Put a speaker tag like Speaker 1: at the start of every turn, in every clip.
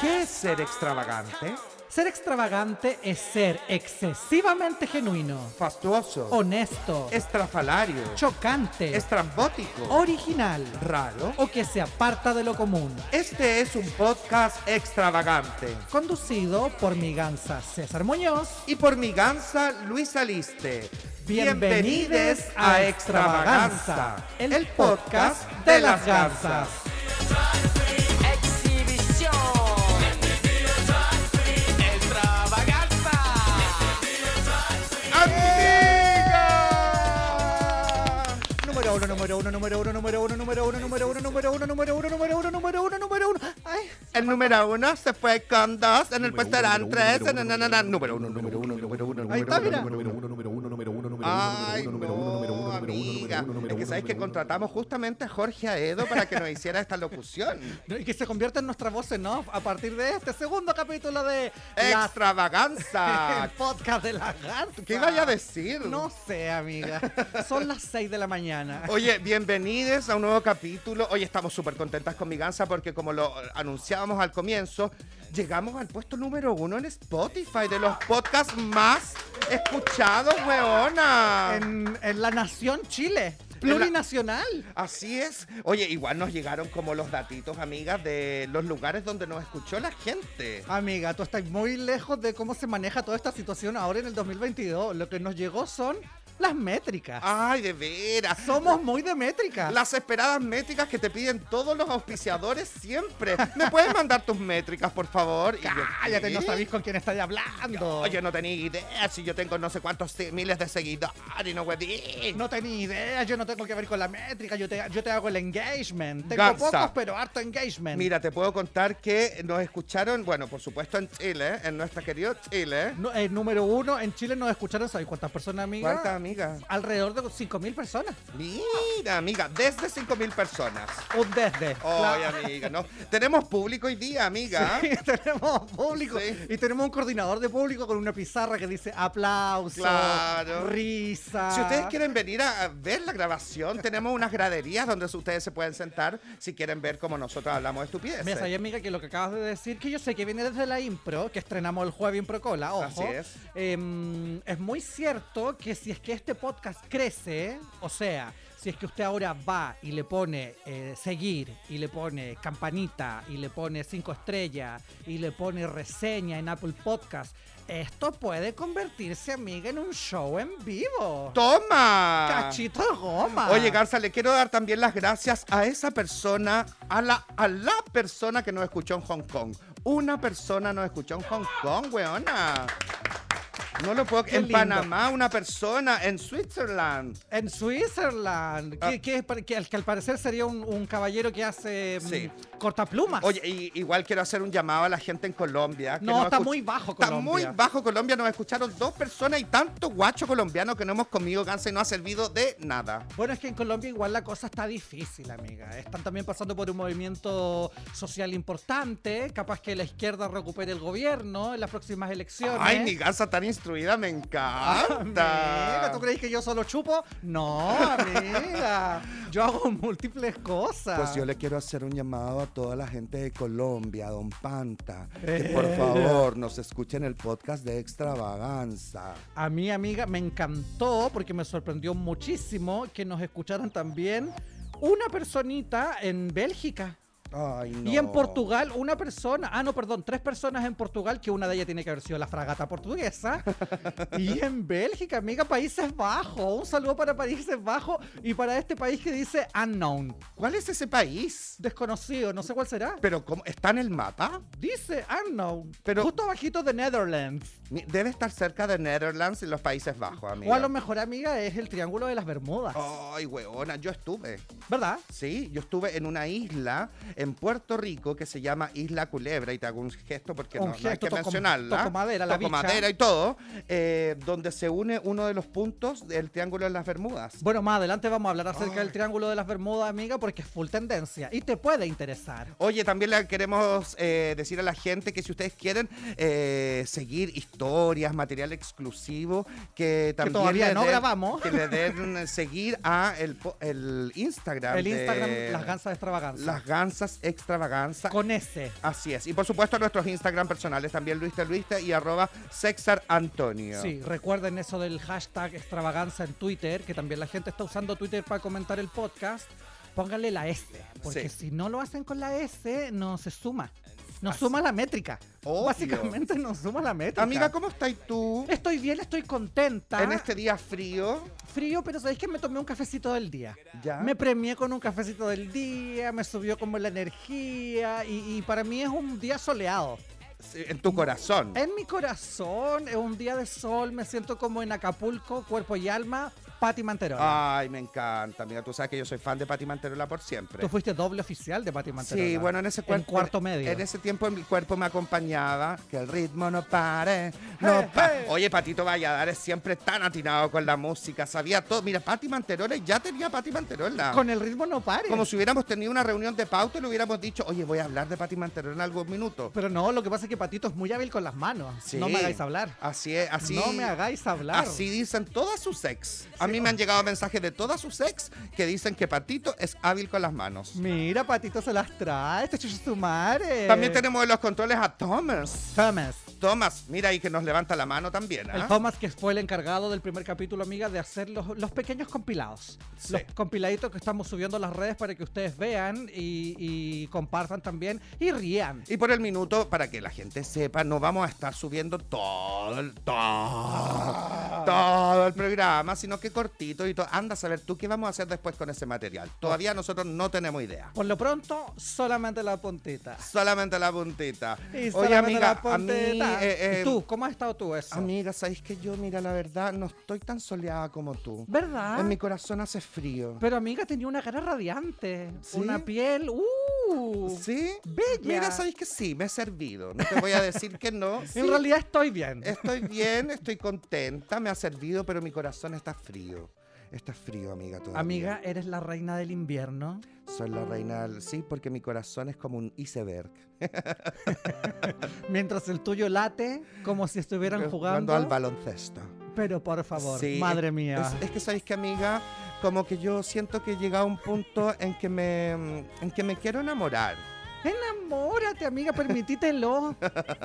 Speaker 1: ¿Qué es ser extravagante?
Speaker 2: Ser extravagante es ser excesivamente genuino,
Speaker 1: Fastuoso.
Speaker 2: honesto,
Speaker 1: Estrafalario.
Speaker 2: chocante,
Speaker 1: Estrambótico.
Speaker 2: original
Speaker 1: Raro.
Speaker 2: o que se aparta de lo común.
Speaker 1: Este es un podcast extravagante.
Speaker 2: Conducido por mi gansa César Muñoz.
Speaker 1: Y por mi ganza, Luis Aliste.
Speaker 2: Bienvenides a Extravaganza, el, podcast de las gansas.
Speaker 3: Exhibición. Extravaganza.
Speaker 1: ¡Amiga!
Speaker 2: Número uno, número uno, número uno, número uno, número uno, número uno, número uno, número uno, número uno, número uno, número uno. Ay,
Speaker 1: El número uno se fue con dos, en el puesto eran tres, en el número uno, número uno, número uno, número
Speaker 2: Ahí está,
Speaker 1: uno,
Speaker 2: mira.
Speaker 1: número uno, número uno, número uno, número Ay, no, amiga. Es que sabes que contratamos justamente a Jorge Aedo para que nos hiciera esta locución.
Speaker 2: y que se convierta en nuestra voz en off a partir de este segundo capítulo de las- el
Speaker 1: ¡Extravaganza!
Speaker 2: podcast de las gansas.
Speaker 1: ¿Qué vaya a decir?
Speaker 2: No sé, amiga. Son las 6 de la mañana.
Speaker 1: Oye, bienvenidos a un nuevo capítulo. Hoy estamos súper contentas con mi ganza porque como lo anunciábamos al comienzo, llegamos al puesto número uno en Spotify de los podcasts más escuchados, weona.
Speaker 2: En, en la nación Chile, plurinacional.
Speaker 1: Así es. Oye, igual nos llegaron como los datitos, amigas, de los lugares donde nos escuchó la gente.
Speaker 2: Amiga, tú estás muy lejos de cómo se maneja toda esta situación ahora en el 2022. Lo que nos llegó son las métricas.
Speaker 1: Ay, de veras.
Speaker 2: Somos muy de métricas.
Speaker 1: Las esperadas métricas que te piden todos los auspiciadores siempre. ¿Me puedes mandar tus métricas, por favor? Y yo,
Speaker 2: Cállate, no
Speaker 1: ¿qué?
Speaker 2: sabéis con quién estáis hablando.
Speaker 1: Oye, no tenía idea si yo tengo no sé cuántos te- miles de seguidores, no güey.
Speaker 2: no tenía idea, yo no tengo que ver con la métrica, yo te, yo te hago el engagement. Tengo
Speaker 1: Garza.
Speaker 2: pocos, pero harto engagement.
Speaker 1: Mira, te puedo contar que nos escucharon, bueno, por supuesto en Chile, en nuestra querida Chile.
Speaker 2: No, eh, número uno, en Chile nos escucharon, ¿sabes cuántas personas, amiga?
Speaker 1: ¿Cuántas amigas?
Speaker 2: Alrededor de 5.000 personas.
Speaker 1: Mira, amiga, desde 5.000 personas.
Speaker 2: Un desde.
Speaker 1: Hoy, amiga, ¿no? Tenemos público hoy día, amiga.
Speaker 2: Sí, tenemos público
Speaker 1: Sí.
Speaker 2: y tenemos un coordinador de público con una pizarra que dice aplausos,
Speaker 1: Claro.
Speaker 2: risa.
Speaker 1: Si ustedes quieren venir a a ver la grabación, tenemos unas graderías donde ustedes se pueden sentar si quieren ver cómo nosotros hablamos de estupideces.
Speaker 2: Mira, sabía, amiga, que lo que acabas de decir, que yo sé que viene desde la impro, que estrenamos el jueves Impro Cola, ojo.
Speaker 1: Así es.
Speaker 2: Em, es muy cierto que si es que este podcast crece, o sea, si es que usted ahora va y le pone eh, seguir, y le pone campanita, y le pone cinco estrellas, y le pone reseña en Apple Podcast, esto puede convertirse, amiga, en un show en vivo.
Speaker 1: ¡Toma!
Speaker 2: Cachito de goma.
Speaker 1: Oye, Garza, le quiero dar también las gracias a esa persona, a la, a la persona que nos escuchó en Hong Kong. Una persona nos escuchó en Hong Kong, weona. No lo puedo.
Speaker 2: Qué
Speaker 1: En
Speaker 2: lindo.
Speaker 1: Panamá, una persona. En Switzerland.
Speaker 2: En Switzerland, que,
Speaker 1: Ah.
Speaker 2: que es par- que al, que al parecer sería un, un caballero que hace mm,
Speaker 1: Sí.
Speaker 2: cortaplumas.
Speaker 1: Oye, y- igual quiero hacer un llamado a la gente en Colombia. que
Speaker 2: No,
Speaker 1: nos
Speaker 2: está
Speaker 1: escuch-
Speaker 2: muy bajo
Speaker 1: Está
Speaker 2: Colombia.
Speaker 1: muy bajo Colombia. Nos escucharon dos personas y tanto guacho colombiano que no hemos comido ganso y no ha servido de nada.
Speaker 2: Bueno, es que en Colombia igual la cosa está difícil, amiga. Están también pasando por un movimiento social importante, capaz que la izquierda recupere el gobierno en las próximas elecciones.
Speaker 1: Ay, mi gansa tan instruida, me encanta.
Speaker 2: Amiga, Ah, ¿tú crees que yo solo chupo? No, amiga. Yo hago múltiples cosas.
Speaker 1: Pues yo le quiero hacer un llamado a toda la gente de Colombia, don Panta, que
Speaker 2: Eh.
Speaker 1: por favor nos escuchen el podcast de Extravaganza.
Speaker 2: A mí, amiga, me encantó porque me sorprendió muchísimo que nos escucharan también una personita en Bélgica.
Speaker 1: Ay, no.
Speaker 2: Y en Portugal, una persona, ah, no, perdón, tres personas en Portugal, que una de ellas tiene que haber sido la fragata portuguesa. y en Bélgica, amiga, Países Bajos. Un saludo para Países Bajos y para este país que dice unknown.
Speaker 1: ¿Cuál es ese país?
Speaker 2: Desconocido, no sé cuál será.
Speaker 1: ¿Pero cómo? está en el mapa?
Speaker 2: Dice unknown.
Speaker 1: Pero-
Speaker 2: Justo bajito de Netherlands.
Speaker 1: Mi- Debe estar cerca de Netherlands y los Países Bajos, amiga.
Speaker 2: O a lo mejor, amiga, es el Triángulo de las Bermudas.
Speaker 1: Ay, weona, yo estuve.
Speaker 2: ¿Verdad?
Speaker 1: Sí, yo estuve en una isla en Puerto Rico que se llama Isla Culebra y te hago un gesto porque
Speaker 2: Un
Speaker 1: no, no hay
Speaker 2: gesto,
Speaker 1: que
Speaker 2: toco-
Speaker 1: mencionarla.
Speaker 2: toco madera, la
Speaker 1: Toco
Speaker 2: bicha.
Speaker 1: madera y todo, eh, donde se une uno de los puntos del Triángulo de las Bermudas.
Speaker 2: Bueno, más adelante vamos a hablar acerca
Speaker 1: Ay.
Speaker 2: del Triángulo de las Bermudas, amiga, porque es full tendencia y te puede interesar.
Speaker 1: Oye, también le queremos eh, decir a la gente que si ustedes quieren eh, seguir historias, material exclusivo, que también
Speaker 2: todavía
Speaker 1: le
Speaker 2: no
Speaker 1: den-
Speaker 2: grabamos.
Speaker 1: que le den eh, seguir a el, po- el Instagram.
Speaker 2: El
Speaker 1: de
Speaker 2: Instagram, las gansas de extravaganza.
Speaker 1: Las Gansas Extravaganza.
Speaker 2: Con ese.
Speaker 1: Así es. Y por supuesto nuestros Instagram personales también, Luiste Luiste y arroba sexarantonio.
Speaker 2: Sí, recuerden eso del hashtag extravaganza en Twitter, que también la gente está usando Twitter para comentar el podcast. Pónganle la S, porque
Speaker 1: Sí.
Speaker 2: si no lo hacen con la S, no se suma. No suma la métrica.
Speaker 1: Obvio.
Speaker 2: Básicamente no suma la métrica.
Speaker 1: Amiga, ¿cómo estás tú?
Speaker 2: Estoy bien, estoy contenta.
Speaker 1: En este día frío,
Speaker 2: frío, pero sabéis que me tomé un cafecito del día.
Speaker 1: ya.
Speaker 2: Me premié con un cafecito del día, me subió como la energía y, y para mí es un día soleado.
Speaker 1: Sí, En tu corazón.
Speaker 2: En mi corazón es un día de sol, me siento como en Acapulco, cuerpo y alma, Pati Manterola.
Speaker 1: Ay, me encanta. Mira, tú sabes que yo soy fan de Pati Manterola por siempre.
Speaker 2: Tú fuiste doble oficial de Pati Manterola.
Speaker 1: Sí, bueno, en ese
Speaker 2: En
Speaker 1: cuerpo.
Speaker 2: cuarto medio.
Speaker 1: En ese tiempo mi cuerpo me acompañaba. Que el ritmo no pare.
Speaker 2: Hey,
Speaker 1: No pa-
Speaker 2: hey.
Speaker 1: Oye, Patito Valladares siempre tan atinado con la música. Sabía todo. Mira, Pati Manterola ya tenía a Pati Manterola.
Speaker 2: Con el ritmo no pares.
Speaker 1: Como si hubiéramos tenido una reunión de pauta y le hubiéramos dicho, oye, voy a hablar de Pati Manterola en algún minuto.
Speaker 2: Pero no, lo que pasa es que Patito es muy hábil con las manos.
Speaker 1: Sí.
Speaker 2: No me hagáis hablar.
Speaker 1: Así es, así.
Speaker 2: No me hagáis hablar.
Speaker 1: Así dicen todas sus ex. A mí me han llegado mensajes de todas sus ex que dicen que Patito es hábil con las manos.
Speaker 2: Mira, Patito se las trae, este chucho su madre.
Speaker 1: También tenemos en los controles a Thomas.
Speaker 2: Thomas.
Speaker 1: Thomas, mira ahí que nos levanta la mano también. ¿ah?
Speaker 2: El Thomas, que fue el encargado del primer capítulo, amiga, de hacer los, los pequeños compilados.
Speaker 1: Sí.
Speaker 2: Los compiladitos que estamos subiendo a las redes para que ustedes vean y, y compartan también y rían.
Speaker 1: Y por el minuto, para que la gente sepa, no vamos a estar subiendo todo el, todo, todo el programa, sino que cortito y todo. Anda a saber tú qué vamos a hacer después con ese material. Todavía nosotros no tenemos idea.
Speaker 2: Por lo pronto, solamente la puntita.
Speaker 1: Solamente la puntita.
Speaker 2: Y
Speaker 1: Oye,
Speaker 2: solamente
Speaker 1: amiga,
Speaker 2: la
Speaker 1: a mí,
Speaker 2: puntita.
Speaker 1: eh, eh,
Speaker 2: ¿Y tú? ¿Cómo has estado tú eso?
Speaker 1: Amiga, ¿sabéis que yo, mira, la verdad, no estoy tan soleada como tú?
Speaker 2: ¿Verdad?
Speaker 1: En mi corazón hace frío.
Speaker 2: Pero amiga, tenía una cara radiante.
Speaker 1: ¿Sí?
Speaker 2: Una piel. ¡Uh!
Speaker 1: ¿Sí?
Speaker 2: Bella.
Speaker 1: Mira, ¿sabéis que sí? Me he servido. No te voy a decir que no. Sí,
Speaker 2: En realidad estoy bien.
Speaker 1: Estoy bien, estoy contenta, me ha servido, pero mi corazón está frío. Está frío, amiga, todavía.
Speaker 2: Amiga, eres la reina del invierno.
Speaker 1: Soy la reina del... Sí, porque mi corazón es como un iceberg.
Speaker 2: Mientras el tuyo late como si estuvieran jugando.
Speaker 1: al baloncesto.
Speaker 2: Pero por favor,
Speaker 1: Sí,
Speaker 2: madre
Speaker 1: es-
Speaker 2: mía.
Speaker 1: Es, es que, ¿sabéis que, amiga? Como que yo siento que he llegado a un punto en que me, en que me quiero enamorar.
Speaker 2: Enamórate, amiga, permitítelo.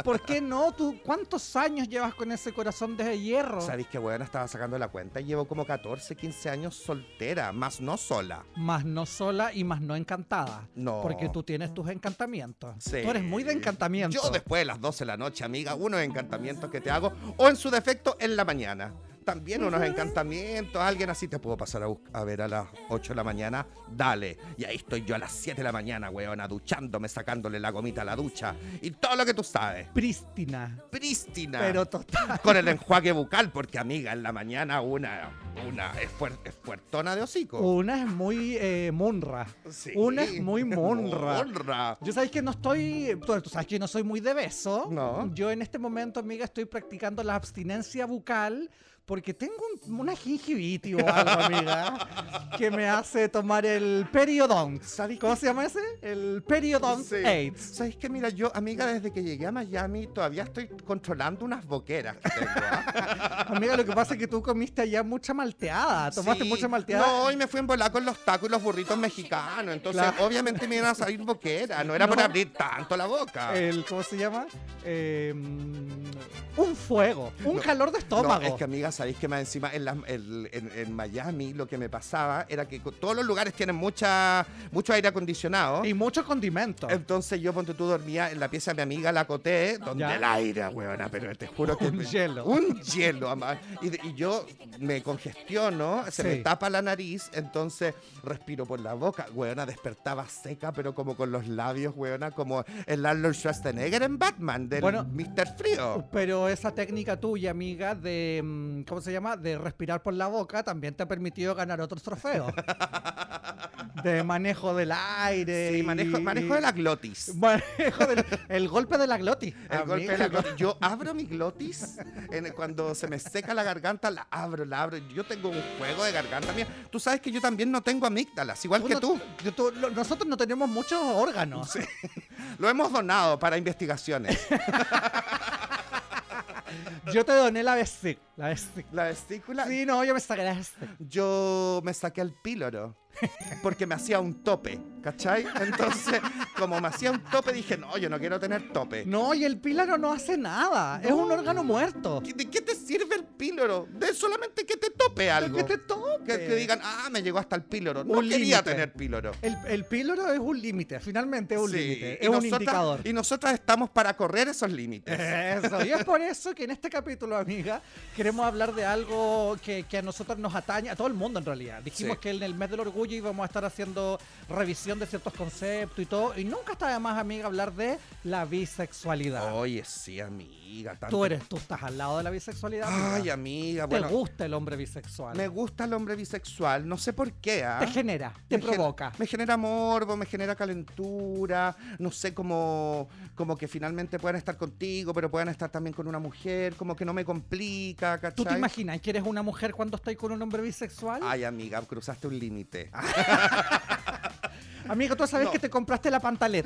Speaker 2: ¿Por qué no? ¿Tú cuántos años llevas con ese corazón de hierro?
Speaker 1: ¿Sabéis que, bueno, estaba sacando la cuenta y llevo como 14, 15 años soltera, más no sola.
Speaker 2: Más no sola y más no encantada.
Speaker 1: No.
Speaker 2: Porque tú tienes tus encantamientos.
Speaker 1: Sí.
Speaker 2: Tú eres muy de encantamiento.
Speaker 1: Yo después de las 12 de la noche, amiga, unos encantamientos que te hago, o en su defecto, en la mañana. También unos encantamientos, alguien así te puedo pasar a, bus- a ver a las 8 de la mañana, dale. Y ahí estoy yo a las 7 de la mañana, weona, duchándome, sacándole la gomita a la ducha. Y todo lo que tú sabes.
Speaker 2: Prístina.
Speaker 1: Prístina.
Speaker 2: Pero total.
Speaker 1: con el enjuague bucal, porque amiga, en la mañana una, una es, fuer- es fuertona de hocico.
Speaker 2: Una es muy eh, monra.
Speaker 1: Sí.
Speaker 2: Uh, Una es muy monra.
Speaker 1: Monra.
Speaker 2: Yo sabes que no estoy. Tú, tú sabes que no soy muy de beso.
Speaker 1: No.
Speaker 2: Yo en este momento, amiga, estoy practicando la abstinencia bucal porque tengo un- una gingivitis o algo, amiga, que me hace tomar el periodont.
Speaker 1: ¿Sabes
Speaker 2: ¿Cómo se llama ese? El periodont
Speaker 1: Sí.
Speaker 2: AIDS.
Speaker 1: ¿Sabes qué? Mira, yo, amiga, desde que llegué a Miami todavía estoy controlando unas boqueras que tengo, ¿ah?
Speaker 2: Amiga, lo que pasa es que tú comiste allá mucha malteada. Tomaste
Speaker 1: Sí.
Speaker 2: mucha malteada.
Speaker 1: No, y me fui en volar con los tacos y los burritos mexicanos. Entonces,
Speaker 2: Claro.
Speaker 1: obviamente me iban a salir boquera. No era
Speaker 2: No.
Speaker 1: por abrir tanto la boca.
Speaker 2: El, ¿Cómo se llama? Eh, mm, un fuego. Un calor de estómago.
Speaker 1: No, es que amiga, sabéis que más encima en, las- el- en- en Miami lo que me pasaba era que co- todos los lugares tienen mucha, mucho aire acondicionado.
Speaker 2: Y muchos condimentos.
Speaker 1: Entonces yo, ponte tú, dormía en la pieza de mi amiga, la Coté, donde
Speaker 2: Ya.
Speaker 1: el aire, huevona, pero te juro que...
Speaker 2: Un
Speaker 1: me-
Speaker 2: hielo.
Speaker 1: Un hielo, ama- y, de- y yo me congestiono, se me
Speaker 2: Sí.
Speaker 1: tapa la nariz, entonces respiro por la boca. Huevona, despertaba seca, pero como con los labios, huevona, como el Arnold Schwarzenegger en Batman, del
Speaker 2: Bueno.
Speaker 1: Mr. Frío.
Speaker 2: Uh, Pero esa técnica tuya, amiga, de mm, ¿cómo se llama? De respirar por la boca también te ha permitido ganar otros trofeos. de manejo del aire.
Speaker 1: Sí, manejo,
Speaker 2: y-
Speaker 1: manejo de la glotis.
Speaker 2: Manejo del- el golpe de la glotis.
Speaker 1: El golpe de la
Speaker 2: amigo.
Speaker 1: glotis. Yo abro mi glotis en- cuando se me seca la garganta, la abro, la abro. Yo tengo un juego de garganta mía. Tú sabes que yo también no tengo amígdalas, igual que
Speaker 2: no-
Speaker 1: tú.
Speaker 2: yo- tú- lo- nosotros no tenemos muchos órganos.
Speaker 1: Lo hemos donado para investigaciones.
Speaker 2: Yo te doné la vesícula. La vesícula.
Speaker 1: La Eh. vesícula.
Speaker 2: Sí, no, yo me saqué la vesícula.
Speaker 1: Yo me saqué al píloro porque me hacía un tope, ¿cachai? Entonces, como me hacía un tope, dije, no, yo no quiero tener tope.
Speaker 2: No, y el pílaro no hace nada. Es un órgano muerto.
Speaker 1: ¿Qué- ¿De qué te sirve el píloro? De solamente que te tope algo.
Speaker 2: Que te tope.
Speaker 1: Que, que digan, ah, me llegó hasta el píloro. No
Speaker 2: Un
Speaker 1: quería
Speaker 2: límite.
Speaker 1: tener píloro.
Speaker 2: El, el píloro es un límite, finalmente es un
Speaker 1: Sí,
Speaker 2: límite.
Speaker 1: y
Speaker 2: Es un
Speaker 1: nosotras-
Speaker 2: indicador.
Speaker 1: Y nosotras estamos para correr esos límites.
Speaker 2: Eso, y es por eso que en este capítulo, amiga, queremos hablar de algo que, que a nosotros nos atañe, a todo el mundo en realidad. Dijimos
Speaker 1: Sí.
Speaker 2: que en el mes del orgullo íbamos a estar haciendo revisión de ciertos conceptos y todo, y nunca está de más, amiga, hablar de la bisexualidad.
Speaker 1: Oye, sí, amiga. tanto-
Speaker 2: tú eres, tú estás al lado de la bisexualidad.
Speaker 1: Ay,
Speaker 2: amiga.
Speaker 1: amiga,
Speaker 2: ¿Te
Speaker 1: bueno.
Speaker 2: gusta el hombre bisexual?
Speaker 1: Me gusta el hombre bisexual, no sé por qué, ¿ah?
Speaker 2: Te genera, te
Speaker 1: Me gen-
Speaker 2: provoca.
Speaker 1: me genera morbo, me genera calentura, no sé, como, como que finalmente puedan estar contigo, pero puedan estar también con una mujer, como que no me complica, ¿cachai?
Speaker 2: ¿Tú te imaginas que eres una mujer cuando estás con un hombre bisexual?
Speaker 1: Ay, amiga, cruzaste un límite. Ah,
Speaker 2: Amiga, tú sabes
Speaker 1: No.
Speaker 2: que te compraste la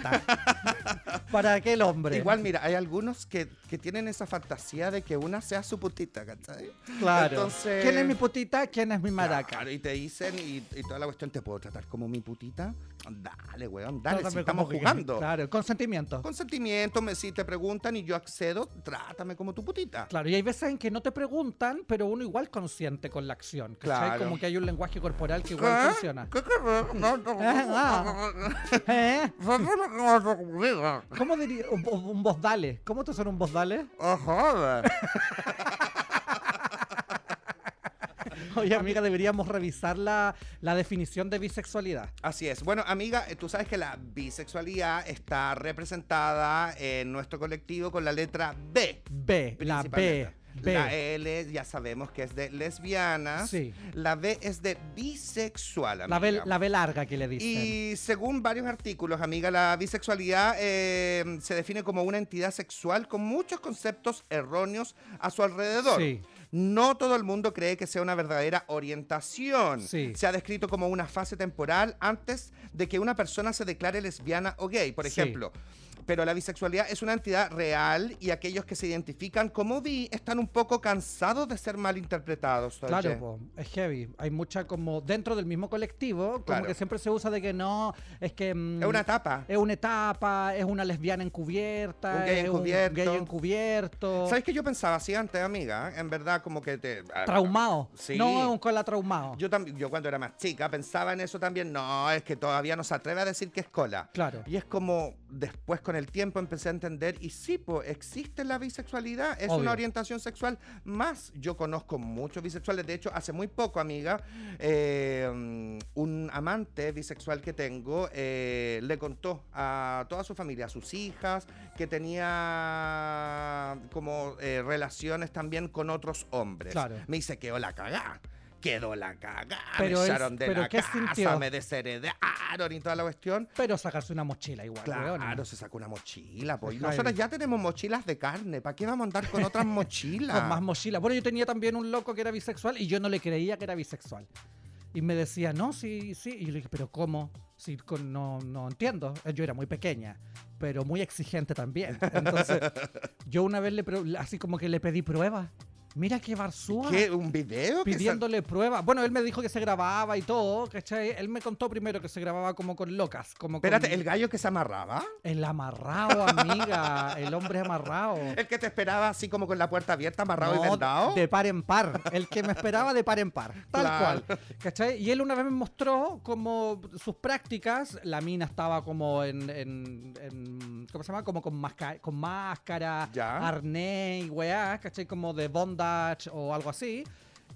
Speaker 2: pantaleta. ¿Para aquel hombre?
Speaker 1: Igual, mira, hay algunos que, que tienen esa fantasía de que una sea su putita, ¿cachai?
Speaker 2: Claro.
Speaker 1: Entonces-
Speaker 2: ¿Quién es mi putita? ¿Quién es mi maraca?
Speaker 1: Claro, y te dicen, y, y toda la cuestión, ¿te puedo tratar como mi putita? Dale, weón, dale,
Speaker 2: Trátame
Speaker 1: si estamos
Speaker 2: como que-
Speaker 1: jugando.
Speaker 2: Claro, consentimiento.
Speaker 1: Consentimiento, me, si te preguntan y yo accedo, trátame como tu putita.
Speaker 2: Claro, y hay veces en que no te preguntan, pero uno igual consciente con la acción. ¿cachai?
Speaker 1: Claro.
Speaker 2: Como que hay un lenguaje corporal que
Speaker 1: ¿Qué?
Speaker 2: igual funciona.
Speaker 1: ¿Qué querés? No, no,
Speaker 2: Ah, ¿Eh?
Speaker 1: Eso es lo que me ocurrió.
Speaker 2: ¿Cómo diría un, un- un vozdale? ¿Cómo te suena un vozdale?
Speaker 1: Ah, joder.
Speaker 2: Oye, amiga, deberíamos revisar la, la definición de bisexualidad.
Speaker 1: Así es. Bueno, amiga, eh, tú sabes que la bisexualidad está representada en nuestro colectivo con la letra B.
Speaker 2: B, la
Speaker 1: principal
Speaker 2: B,
Speaker 1: letra.
Speaker 2: B.
Speaker 1: La L ya sabemos que es de lesbiana.
Speaker 2: Sí.
Speaker 1: La B es de bisexual,
Speaker 2: La B,
Speaker 1: amiga.
Speaker 2: la B larga que le dicen.
Speaker 1: Y según varios artículos, amiga, la bisexualidad eh, se define como una entidad sexual con muchos conceptos erróneos a su alrededor.
Speaker 2: Sí.
Speaker 1: No todo el mundo cree que sea una verdadera orientación.
Speaker 2: Sí.
Speaker 1: Se ha descrito como una fase temporal antes de que una persona se declare lesbiana o gay, por
Speaker 2: Sí.
Speaker 1: ejemplo. Pero la bisexualidad es una entidad real y aquellos que se identifican como bi están un poco cansados de ser malinterpretados.
Speaker 2: Claro,
Speaker 1: oye.
Speaker 2: po, es heavy. Hay mucha como dentro del mismo colectivo, como
Speaker 1: Claro.
Speaker 2: que siempre se usa de que no, es que mm,
Speaker 1: Es una etapa.
Speaker 2: es una etapa, es una lesbiana encubierta,
Speaker 1: Un gay
Speaker 2: es
Speaker 1: encubierto.
Speaker 2: gay encubierto,
Speaker 1: ¿Sabes qué yo pensaba así antes, amiga? En verdad, como que te.
Speaker 2: traumado.
Speaker 1: Sí.
Speaker 2: No es un cola traumado.
Speaker 1: Yo, también, yo cuando era más chica pensaba en eso también. No, es que todavía no se atreve a decir que es cola.
Speaker 2: Claro.
Speaker 1: Y es como después con el tiempo empecé a entender, y sí, pues existe la bisexualidad, es
Speaker 2: Obvio.
Speaker 1: una orientación sexual más. Yo conozco muchos bisexuales, de hecho, hace muy poco, amiga, eh, un amante bisexual que tengo eh, le contó a toda su familia, a sus hijas, que tenía como eh, relaciones también con otros hombres.
Speaker 2: Claro.
Speaker 1: Me dice, quedó la cagá. Quedó la cagá,
Speaker 2: Pero
Speaker 1: me
Speaker 2: él-
Speaker 1: echaron de
Speaker 2: pero
Speaker 1: la
Speaker 2: ¿qué
Speaker 1: casa,
Speaker 2: sintió?
Speaker 1: me desheredaron y toda la cuestión.
Speaker 2: Pero sacarse una mochila igual,
Speaker 1: Claro,
Speaker 2: weona.
Speaker 1: se sacó una mochila, pues.
Speaker 2: Ay.
Speaker 1: Nosotras ya tenemos mochilas de carne. ¿Para qué vamos a andar con otras mochilas?
Speaker 2: Con más mochila. Bueno, yo tenía también un loco que era bisexual y yo no le creía que era bisexual. Y me decía, no, sí, sí. Y yo le dije, pero ¿cómo? Si con- no, no entiendo. Eh, Yo era muy pequeña, pero muy exigente también. Entonces, yo una vez le pre- así como que le pedí pruebas. Mira qué barzúa.
Speaker 1: ¿Qué? ¿Un video? que
Speaker 2: Pidiéndole pruebas. Bueno, él me dijo que se grababa y todo, ¿cachai? Él me contó primero que se grababa como con locas. Como
Speaker 1: se- Espérate,
Speaker 2: con
Speaker 1: ¿el gallo que se amarraba?
Speaker 2: el amarrado, amiga. el hombre amarrado.
Speaker 1: ¿El que te esperaba así como con la puerta abierta, amarrado y
Speaker 2: No,
Speaker 1: vendado?
Speaker 2: De par en par. El que me esperaba de par en par. Tal
Speaker 1: Claro.
Speaker 2: cual. ¿Cachai? Y él una vez me mostró como sus prácticas. La mina estaba como en. en- en- ¿Cómo se llama? Como con, masca- con máscara,
Speaker 1: Ya.
Speaker 2: arnés y weá, ¿cachai? Como de bondage o algo así.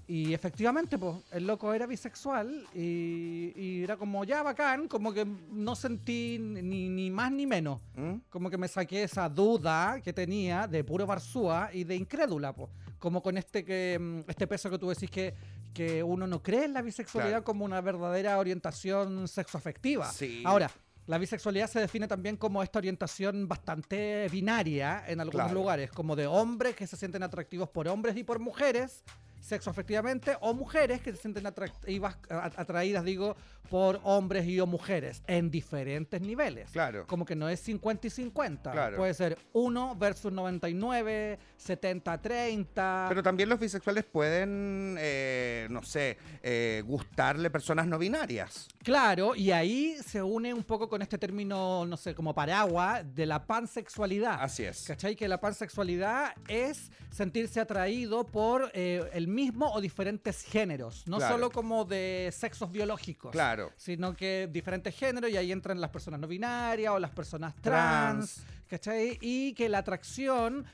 Speaker 2: Y efectivamente, pues, el loco era bisexual y, y era como ya bacán, como que no sentí ni, ni más ni menos
Speaker 1: ¿Mm?
Speaker 2: como que me saqué esa duda que tenía de puro Barzúa y de incrédula, po. como con este que mm, este peso que tú decís que, porque uno no cree en la bisexualidad
Speaker 1: Claro.
Speaker 2: como una verdadera orientación sexoafectiva.
Speaker 1: Sí.
Speaker 2: Ahora, la bisexualidad se define también como esta orientación bastante binaria en algunos
Speaker 1: Claro.
Speaker 2: lugares, como de hombres que se sienten atractivos por hombres y por mujeres sexoafectivamente o mujeres que se sienten atractivas, a- atraídas, digo, por hombres y o mujeres en diferentes niveles.
Speaker 1: Claro.
Speaker 2: Como que no es 50 y 50.
Speaker 1: Claro.
Speaker 2: Puede ser 1 versus 99, 70 30.
Speaker 1: Pero también los bisexuales pueden, eh, no sé, eh, gustarle personas no binarias.
Speaker 2: Claro, y ahí se une un poco con este término, no sé, como paraguas de la pansexualidad.
Speaker 1: Así es.
Speaker 2: ¿Cachai? Que la pansexualidad es sentirse atraído por eh, el mismo o diferentes géneros, no
Speaker 1: Claro.
Speaker 2: solo como de sexos biológicos.
Speaker 1: Claro.
Speaker 2: Sino que diferentes géneros y ahí entran las personas no binarias o las personas trans,
Speaker 1: Trans.
Speaker 2: ¿cachai? Y que la atracción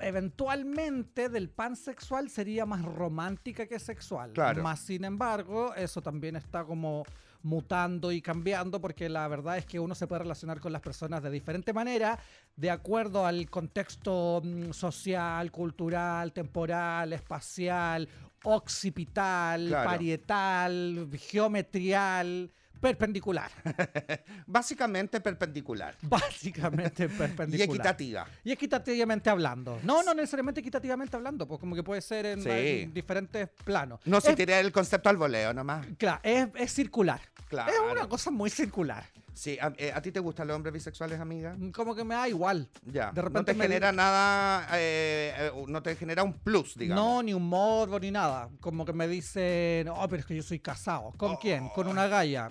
Speaker 2: eventualmente del pansexual sería más romántica que sexual.
Speaker 1: Claro.
Speaker 2: Más sin embargo, eso también está como mutando y cambiando porque la verdad es que uno se puede relacionar con las personas de diferente manera de acuerdo al contexto mm, social, cultural, temporal, espacial, occipital,
Speaker 1: Claro.
Speaker 2: parietal, geometrial, perpendicular.
Speaker 1: Básicamente perpendicular.
Speaker 2: Básicamente perpendicular.
Speaker 1: Y equitativa.
Speaker 2: Y equitativamente hablando. No, no necesariamente equitativamente hablando, pues como que puede ser en,
Speaker 1: Sí.
Speaker 2: en diferentes planos.
Speaker 1: No se
Speaker 2: Es-
Speaker 1: tiré el concepto al voleo nomás.
Speaker 2: Claro, es, es circular.
Speaker 1: Claro.
Speaker 2: Es una cosa muy circular.
Speaker 1: Sí, a, eh, ¿a ti te gustan los hombres bisexuales, amiga?
Speaker 2: Como que me da igual.
Speaker 1: Ya.
Speaker 2: De
Speaker 1: no
Speaker 2: repente
Speaker 1: te
Speaker 2: me-
Speaker 1: genera nada, eh, eh, no te genera un plus,
Speaker 2: No,
Speaker 1: digamos.
Speaker 2: ni un morbo, ni nada. Como que me dicen, oh, pero es que yo soy casado. ¿Con
Speaker 1: Oh.
Speaker 2: quién? Con una galla.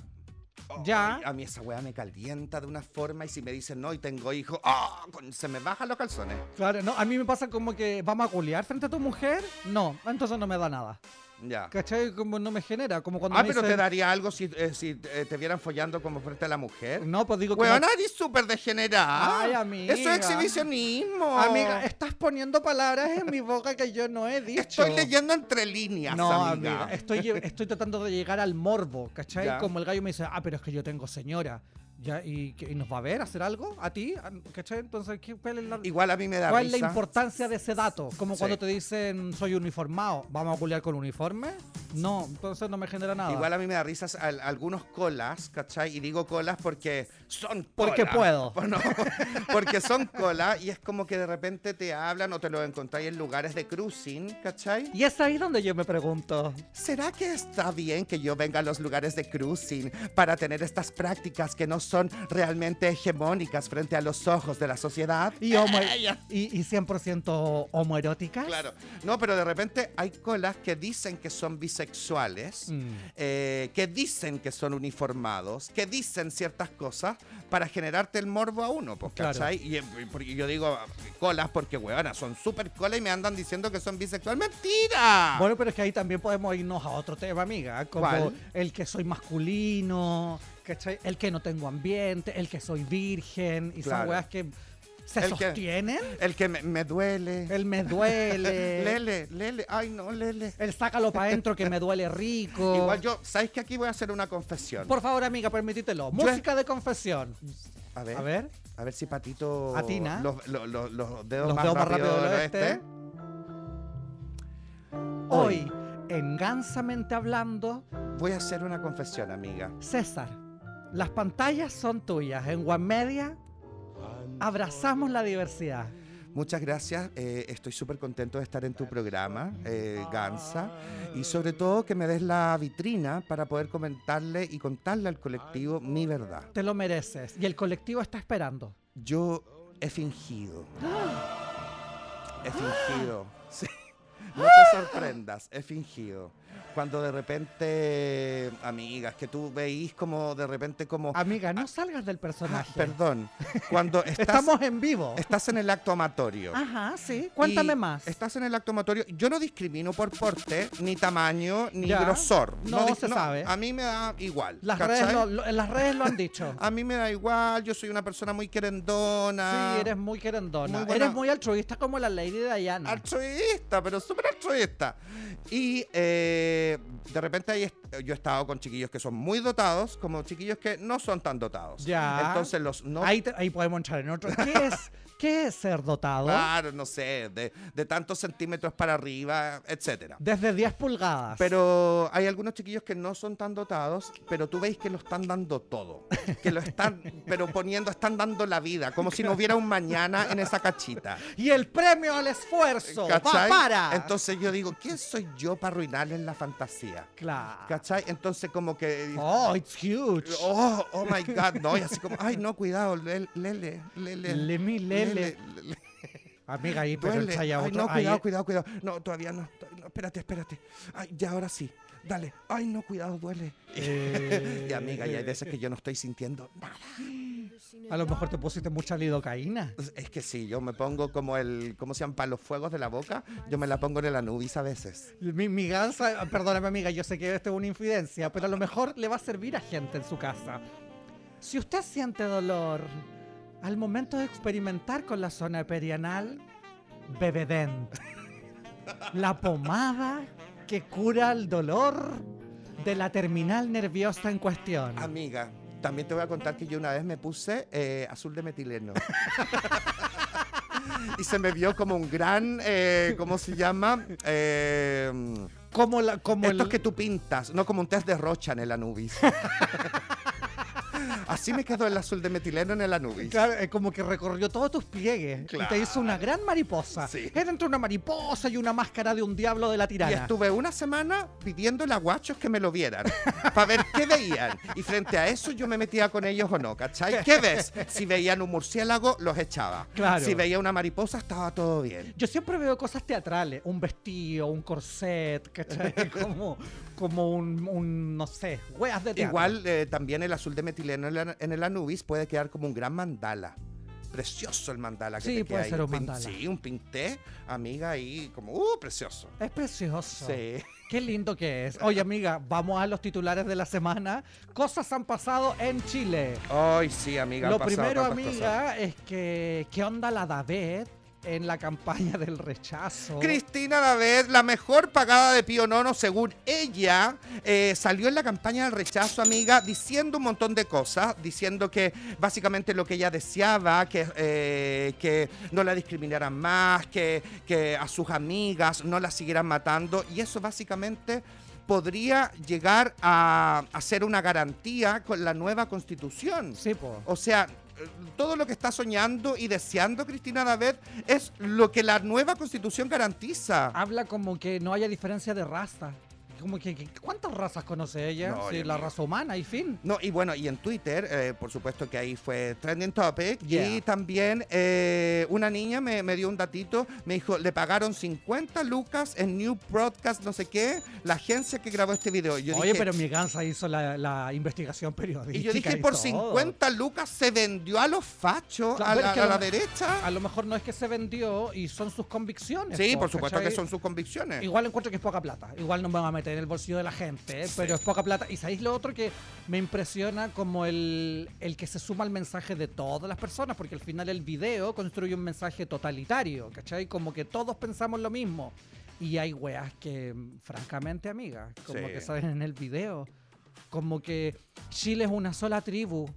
Speaker 1: Ay,
Speaker 2: ya.
Speaker 1: a mí esa weá me calienta de una forma y si me dicen no y tengo hijo, ¡ah! Con- se me bajan los calzones.
Speaker 2: Claro, no, a mí me pasa como que, ¿vamos a culiar frente a tu mujer? No, entonces no me da nada.
Speaker 1: Ya.
Speaker 2: ¿Cachai? Como no me genera. Como cuando
Speaker 1: Ah,
Speaker 2: me
Speaker 1: pero te
Speaker 2: dicen-
Speaker 1: daría algo si, eh, si eh, te vieran follando como frente a la mujer.
Speaker 2: No, pues digo como-
Speaker 1: Weón, eres súper degenerada.
Speaker 2: Ay, amiga.
Speaker 1: Eso es exhibicionismo.
Speaker 2: Amiga, estás poniendo palabras en mi boca que yo no he dicho.
Speaker 1: estoy leyendo entre líneas,
Speaker 2: No,
Speaker 1: amiga.
Speaker 2: amiga, estoy, lle- estoy tratando de llegar al morbo, ¿cachai?
Speaker 1: Ya.
Speaker 2: Como el gallo me dice, ah, pero es que yo tengo señora. ¿Ya? ¿Y, qué- y nos va a ver hacer algo? ¿A ti? ¿A- ¿Cachai? Entonces, ¿qué, cuál es la,
Speaker 1: Igual a mí me da
Speaker 2: cuál es la
Speaker 1: risa.
Speaker 2: importancia de ese dato? Como
Speaker 1: Sí.
Speaker 2: cuando te dicen, soy uniformado, ¿vamos a culiar con uniforme? No, entonces no me genera nada.
Speaker 1: Igual a mí me da risas al- algunos colas, ¿cachai? Y digo colas porque son colas.
Speaker 2: Porque puedo.
Speaker 1: Por- no, porque son colas y es como que de repente te hablan o te lo encontráis en lugares de cruising, ¿cachai?
Speaker 2: Y es ahí donde yo me pregunto.
Speaker 1: ¿Será que está bien que yo venga a los lugares de cruising para tener estas prácticas que no son realmente hegemónicas frente a los ojos de la sociedad?
Speaker 2: ¿Y, homo- y, y 100% homoeróticas?
Speaker 1: Claro. No, pero de repente hay colas que dicen que son bisexuales,
Speaker 2: Mm.
Speaker 1: eh, que dicen que son uniformados, que dicen ciertas cosas para generarte el morbo a uno, pues,
Speaker 2: Claro.
Speaker 1: ¿cachai? Y, y por- y yo digo colas porque, huevona, son súper colas y me andan diciendo que son bisexuales. ¡Mentira!
Speaker 2: Bueno, pero es que ahí también podemos irnos a otro tema, amiga. Como
Speaker 1: Ah. ¿Cuál?
Speaker 2: el que soy masculino, ¿cachai? El que no tengo ambiente, el que soy virgen. Y
Speaker 1: Claro.
Speaker 2: son weas que se
Speaker 1: El que-
Speaker 2: sostienen.
Speaker 1: el que me, me duele.
Speaker 2: El me duele.
Speaker 1: Lele, lele. Ay, no, lele.
Speaker 2: El sácalo para adentro que me duele rico.
Speaker 1: Igual yo, ¿sabes que aquí voy a hacer una confesión?
Speaker 2: Oh. Por favor, amiga, permítitelo. Música de confesión.
Speaker 1: A ver,
Speaker 2: A ver.
Speaker 1: a ver si Patito
Speaker 2: Atina.
Speaker 1: Los, lo- lo- los dedos
Speaker 2: Los
Speaker 1: más
Speaker 2: dedos más
Speaker 1: rápido este.
Speaker 2: rápido
Speaker 1: del
Speaker 2: del
Speaker 1: oeste.
Speaker 2: oeste. Hoy, en Gansamente Hablando,
Speaker 1: Voy a hacer una confesión, amiga.
Speaker 2: César, las pantallas son tuyas. En One Media abrazamos la diversidad.
Speaker 1: Muchas gracias. eh, estoy súper contento de estar en tu programa, eh, Gansa. Y sobre todo que me des la vitrina para poder comentarle y contarle al colectivo mi verdad.
Speaker 2: Te lo mereces. Y el colectivo está esperando.
Speaker 1: Yo he fingido. He fingido. Sí. No te sorprendas, he fingido. Cuando de repente, amigas, que tú veís como de repente como...
Speaker 2: Amiga, no salgas del personaje.
Speaker 1: Perdón. Cuando estás,
Speaker 2: Estamos en vivo.
Speaker 1: estás en el acto amatorio.
Speaker 2: Ajá, sí. Cuéntame
Speaker 1: Y
Speaker 2: más.
Speaker 1: Estás en el acto amatorio. Yo no discrimino por porte, ni tamaño, ni
Speaker 2: Ya.
Speaker 1: grosor.
Speaker 2: No
Speaker 1: dis-
Speaker 2: se sabe.
Speaker 1: A mí me da igual.
Speaker 2: Las
Speaker 1: ¿cachai? Ah,
Speaker 2: redes, lo, lo- en las redes lo han dicho.
Speaker 1: A mí me da igual. Yo soy una persona muy querendona.
Speaker 2: Sí, eres muy querendona.
Speaker 1: Muy buena-
Speaker 2: Eres muy altruista como la Lady Diana.
Speaker 1: altruista, pero súper altruista. Y eh, eh, de repente hay est- yo he estado con chiquillos que son muy dotados, como chiquillos que no son tan dotados.
Speaker 2: Ya.
Speaker 1: Entonces los no
Speaker 2: Ahí, te- ahí podemos entrar en otro. ¿Qué es, qué es ser dotado?
Speaker 1: Claro, no sé, de, de tantos centímetros para arriba, etcétera.
Speaker 2: Desde 10 pulgadas.
Speaker 1: Pero hay algunos chiquillos que no son tan dotados, pero tú veis que lo están dando todo. Que lo están, pero poniendo, están dando la vida, como si no hubiera un mañana en esa cachita.
Speaker 2: y el premio al esfuerzo. Va,
Speaker 1: ¿Cachai?
Speaker 2: para.
Speaker 1: Entonces yo digo, ¿quién soy yo para arruinarles la fantasía?
Speaker 2: claro.
Speaker 1: ¿Cachai? Entonces como que...
Speaker 2: Oh, it's huge.
Speaker 1: Oh, oh my God, no, y así como, ay, no, cuidado, lele, lele, lele.
Speaker 2: Lemi, lele.
Speaker 1: lele.
Speaker 2: Amiga, ahí pero
Speaker 1: Duele.
Speaker 2: ensaya
Speaker 1: Ay, no,
Speaker 2: otro. ahí-
Speaker 1: cuidado, cuidado, cuidado. No, todavía no. Todavía no. Espérate, espérate. Ay, ya ahora sí. Dale. Ay, no, cuidado, duele.
Speaker 2: eh,
Speaker 1: Y amiga, y hay veces que yo no estoy sintiendo nada.
Speaker 2: A lo mejor te pusiste mucha lidocaína.
Speaker 1: Es que sí, yo me pongo como el, ¿cómo se llama? Para los fuegos de la boca, yo me la pongo en la nubis a veces.
Speaker 2: Mi, mi gansa, perdóname amiga, yo sé que esto es una infidencia, pero a lo mejor le va a servir a gente en su casa. Si usted siente dolor al momento de experimentar con la zona perianal, bebedén. La pomada que cura el dolor de la terminal nerviosa en cuestión.
Speaker 1: Amiga, también te voy a contar que yo una vez me puse eh, azul de metileno. y se me vio como un gran, eh, ¿cómo se llama? Eh,
Speaker 2: Como la, como
Speaker 1: Esto es
Speaker 2: el,
Speaker 1: que tú pintas, no como un test de Rocha en el Anubis. Así me quedó el azul de metileno en el Anubis.
Speaker 2: Claro, eh, como que recorrió todos tus pliegues y
Speaker 1: Claro.
Speaker 2: te hizo una gran mariposa.
Speaker 1: Sí.
Speaker 2: Era entre una mariposa y una máscara de un diablo de la
Speaker 1: Y
Speaker 2: tirana.
Speaker 1: estuve una semana pidiéndole a guachos que me lo vieran, para ver qué veían. Y frente a eso yo me metía con ellos o no, ¿cachai? ¿Qué ves? Si veían un murciélago, los echaba.
Speaker 2: Claro.
Speaker 1: Si veía una mariposa, estaba todo bien.
Speaker 2: Yo siempre veo cosas teatrales, un vestido, un corset, ¿cachai? Como, como un, un, no sé, weas de teatro.
Speaker 1: Igual eh, también el azul de metileno en la- en el Anubis puede quedar como un gran mandala. Precioso el mandala que
Speaker 2: Sí,
Speaker 1: te
Speaker 2: puede
Speaker 1: queda ahí.
Speaker 2: ser un
Speaker 1: pin-
Speaker 2: mandala.
Speaker 1: Sí, un pinté, amiga, ahí como, uh, precioso.
Speaker 2: Es precioso.
Speaker 1: Sí.
Speaker 2: Qué lindo que es. Oye, amiga, vamos a los titulares de la semana. Cosas han pasado en Chile.
Speaker 1: Ay, sí, amiga. han
Speaker 2: Lo
Speaker 1: pasado
Speaker 2: primero,
Speaker 1: tantas cosas.
Speaker 2: amiga, es que ¿qué onda la David en la campaña del rechazo?
Speaker 1: Cristina David, la mejor pagada de Pío Nono, según ella, eh, salió en la campaña del rechazo, amiga, diciendo un montón de cosas, diciendo que básicamente lo que ella deseaba, que, eh, que no la discriminaran más, que, que a sus amigas no la siguieran matando, y eso básicamente podría llegar a, a ser una garantía con la nueva constitución.
Speaker 2: Sí, po.
Speaker 1: O sea, eh, todo lo que está soñando y deseando Cristina David es lo que la nueva constitución garantiza.
Speaker 2: habla como que no haya diferencia de raza. Como que, que- ¿cuántas razas conoce ella?
Speaker 1: No,
Speaker 2: Sí,
Speaker 1: ya,
Speaker 2: la
Speaker 1: amigo.
Speaker 2: raza humana y fin.
Speaker 1: No, y bueno, y en Twitter, eh, por supuesto que ahí fue trending topic.
Speaker 2: Yeah.
Speaker 1: Y también eh, una niña me, me dio un datito, me dijo, le pagaron 50 lucas en New Broadcast, no sé qué, la agencia que grabó este video. Y Yo
Speaker 2: Oye,
Speaker 1: dije,
Speaker 2: pero mi gansa hizo la, la investigación periodística.
Speaker 1: y yo dije, por
Speaker 2: todo.
Speaker 1: 50 lucas se vendió a los fachos,
Speaker 2: Claro,
Speaker 1: a,
Speaker 2: pero
Speaker 1: la,
Speaker 2: es que Ah,
Speaker 1: a
Speaker 2: lo-
Speaker 1: la derecha.
Speaker 2: A lo mejor no es que se vendió y son sus convicciones.
Speaker 1: Sí,
Speaker 2: po,
Speaker 1: por supuesto
Speaker 2: ¿cachai?
Speaker 1: que son sus convicciones.
Speaker 2: Igual encuentro que es poca plata. Igual no me va a meter en el bolsillo de la gente, ¿eh? pero es poca plata. Y sabéis lo otro que me impresiona como el, el que se suma al mensaje de todas las personas, porque al final el video construye un mensaje totalitario, ¿cachai? Como que todos pensamos lo mismo. Y hay weas que, francamente, amigas, como
Speaker 1: Sí.
Speaker 2: que salen en el video, como que Chile es una sola tribu.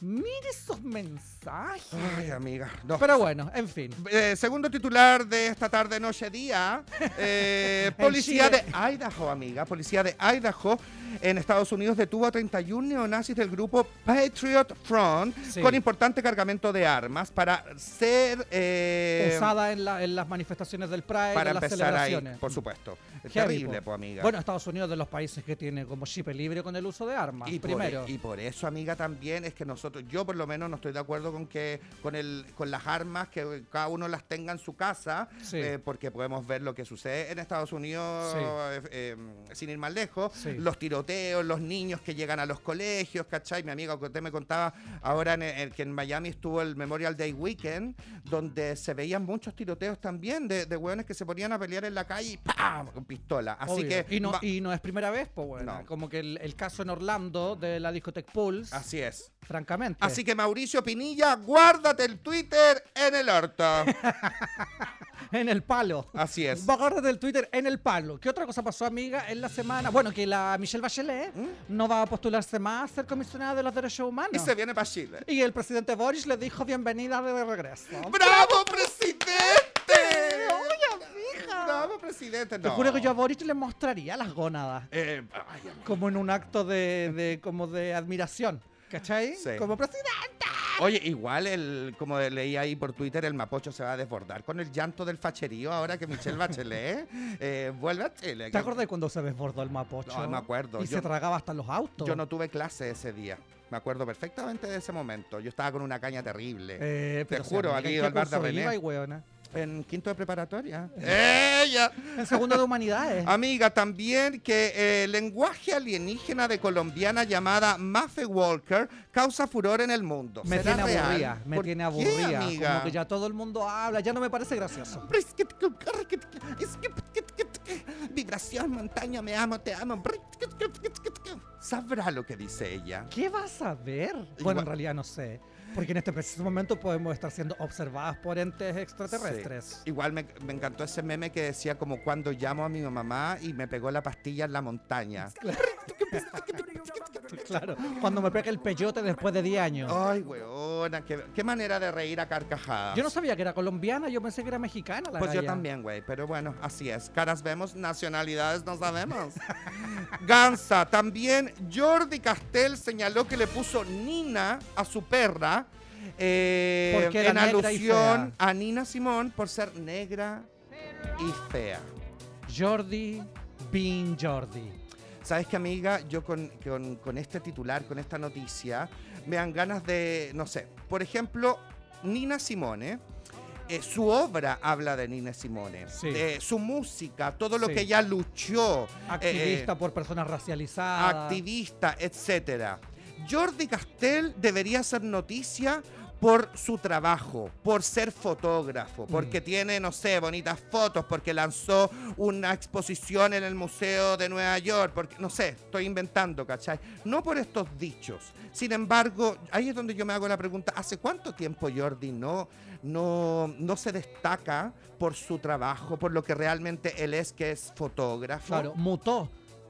Speaker 2: Mire esos mensajes.
Speaker 1: Ay, amiga. No,
Speaker 2: Pero bueno, en fin.
Speaker 1: Eh, segundo titular de esta tarde, noche, día. eh,
Speaker 2: En
Speaker 1: policía
Speaker 2: Chile.
Speaker 1: de Idaho, amiga. Policía de Idaho en Estados Unidos detuvo a 31 neonazis del grupo Patriot Front
Speaker 2: Sí.
Speaker 1: con importante cargamento de armas para ser. eh,
Speaker 2: Usada en, la- en las manifestaciones del Pride,
Speaker 1: para
Speaker 2: en las
Speaker 1: empezar ahí,
Speaker 2: celebraciones.
Speaker 1: por supuesto. Es
Speaker 2: Heavy,
Speaker 1: Terrible,
Speaker 2: po.
Speaker 1: pues, amiga.
Speaker 2: Bueno, Estados Unidos de los países que tiene como chipe libre con el uso de armas.
Speaker 1: y por, e-
Speaker 2: primero.
Speaker 1: y por eso, amiga, también es que nosotros, yo por lo menos no estoy de acuerdo con que con el con las armas que cada uno las tenga en su casa,
Speaker 2: Sí.
Speaker 1: eh, porque podemos ver lo que sucede en Estados Unidos,
Speaker 2: Sí.
Speaker 1: eh, eh, sin ir más lejos,
Speaker 2: Sí.
Speaker 1: los tiroteos, los niños que llegan a los colegios, ¿cachai? Mi amiga que usted me contaba ahora en el- que en Miami estuvo el Memorial Day Weekend, donde se veían muchos tiroteos también de, de hueones que se ponían a pelear en la calle y ¡pam! con pistola. Así
Speaker 2: Obvio.
Speaker 1: que
Speaker 2: y, no,
Speaker 1: va-
Speaker 2: y no es primera vez, pues bueno.
Speaker 1: No.
Speaker 2: Como que el, el caso en Orlando de la discoteca Pulse,
Speaker 1: así es.
Speaker 2: francamente.
Speaker 1: Así que Mauricio Pinilla, guárdate el Twitter en el orto.
Speaker 2: en el palo.
Speaker 1: Así es.
Speaker 2: Bajarra del Twitter en el palo. ¿Qué otra cosa pasó, amiga, en la semana? Bueno, que la Michelle Bachelet
Speaker 1: ¿Mm?
Speaker 2: no va a postularse más a ser comisionada de los derechos humanos.
Speaker 1: Y se viene para Chile.
Speaker 2: Y el presidente Boris le dijo bienvenida de regreso.
Speaker 1: ¡Bravo, presidente!
Speaker 2: Oye, mija.
Speaker 1: ¡Bravo, presidente! No.
Speaker 2: Te juro que yo a Boris le mostraría las gónadas.
Speaker 1: Eh, ay, am-
Speaker 2: Como en un acto de, de- como de admiración. ¿Cachai?
Speaker 1: Sí.
Speaker 2: Como presidente.
Speaker 1: Oye, igual, el, como leí ahí por Twitter, el mapocho se va a desbordar con el llanto del facherío ahora que Michelle Bachelet eh, vuelve a Chile.
Speaker 2: ¿Te acuerdas de cuando se desbordó el mapocho?
Speaker 1: No, me acuerdo.
Speaker 2: Y
Speaker 1: Yo-
Speaker 2: se tragaba hasta los autos.
Speaker 1: Yo no tuve clase ese día. Me acuerdo perfectamente de ese momento. Yo estaba con una caña terrible.
Speaker 2: Eh, pero
Speaker 1: Te
Speaker 2: si,
Speaker 1: juro,
Speaker 2: amiga,
Speaker 1: aquí
Speaker 2: ¿en qué
Speaker 1: al bar de
Speaker 2: curso
Speaker 1: René.
Speaker 2: iba y hueona?
Speaker 1: En quinto de preparatoria. ¡Ella!
Speaker 2: En segundo de humanidades.
Speaker 1: Amiga, también que eh, el lenguaje alienígena de colombiana llamada Mafe Walker causa furor en el mundo.
Speaker 2: me
Speaker 1: ¿Será
Speaker 2: tiene
Speaker 1: real?
Speaker 2: aburrida, me
Speaker 1: ¿Por
Speaker 2: tiene
Speaker 1: qué,
Speaker 2: aburrida.
Speaker 1: amiga?
Speaker 2: Como que ya todo el mundo habla, ya no me parece gracioso.
Speaker 1: Vibración, montaña, me amo, te amo. ¿Sabrá lo que dice ella?
Speaker 2: ¿Qué vas a ver?
Speaker 1: Igual-
Speaker 2: Bueno, en realidad no sé. Porque en este preciso momento podemos estar siendo observadas por entes extraterrestres.
Speaker 1: Sí. Igual me, me encantó ese meme que decía como cuando llamo a mi mamá y me pegó la pastilla en la montaña.
Speaker 2: Claro, cuando me pega el peyote después de 10 años.
Speaker 1: Ay, weona, qué, qué manera de reír a carcajadas.
Speaker 2: Yo no sabía que era colombiana, yo pensé que era mexicana la
Speaker 1: Pues yo
Speaker 2: galla.
Speaker 1: también, güey, pero bueno, así es. Caras vemos, nacionalidades no sabemos. Gansa, también Jordi Castel señaló que le puso Nina a su perra eh,
Speaker 2: Porque era
Speaker 1: en
Speaker 2: negra y
Speaker 1: alusión a Nina Simón por ser negra y fea.
Speaker 2: Jordi, Bean Jordi.
Speaker 1: ¿Sabes qué, amiga? Yo con, con- con este titular, con esta noticia, me dan ganas de, no sé, por ejemplo, Nina Simone. eh, su obra habla de Nina Simone,
Speaker 2: Sí.
Speaker 1: de su música, todo lo
Speaker 2: Sí.
Speaker 1: que ella luchó, eh,
Speaker 2: Activista por personas racializadas.
Speaker 1: activista, etc. Jordi Castell debería hacer noticia por su trabajo, por ser fotógrafo, porque tiene, no sé, bonitas fotos, porque lanzó una exposición en el Museo de Nueva York, porque, no sé, estoy inventando, ¿cachai? No por estos dichos. Sin embargo, ahí es donde yo me hago la pregunta, ¿hace cuánto tiempo Jordi no, no, no se destaca por su trabajo, por lo que realmente él es, que es fotógrafo?
Speaker 2: Claro, mutó.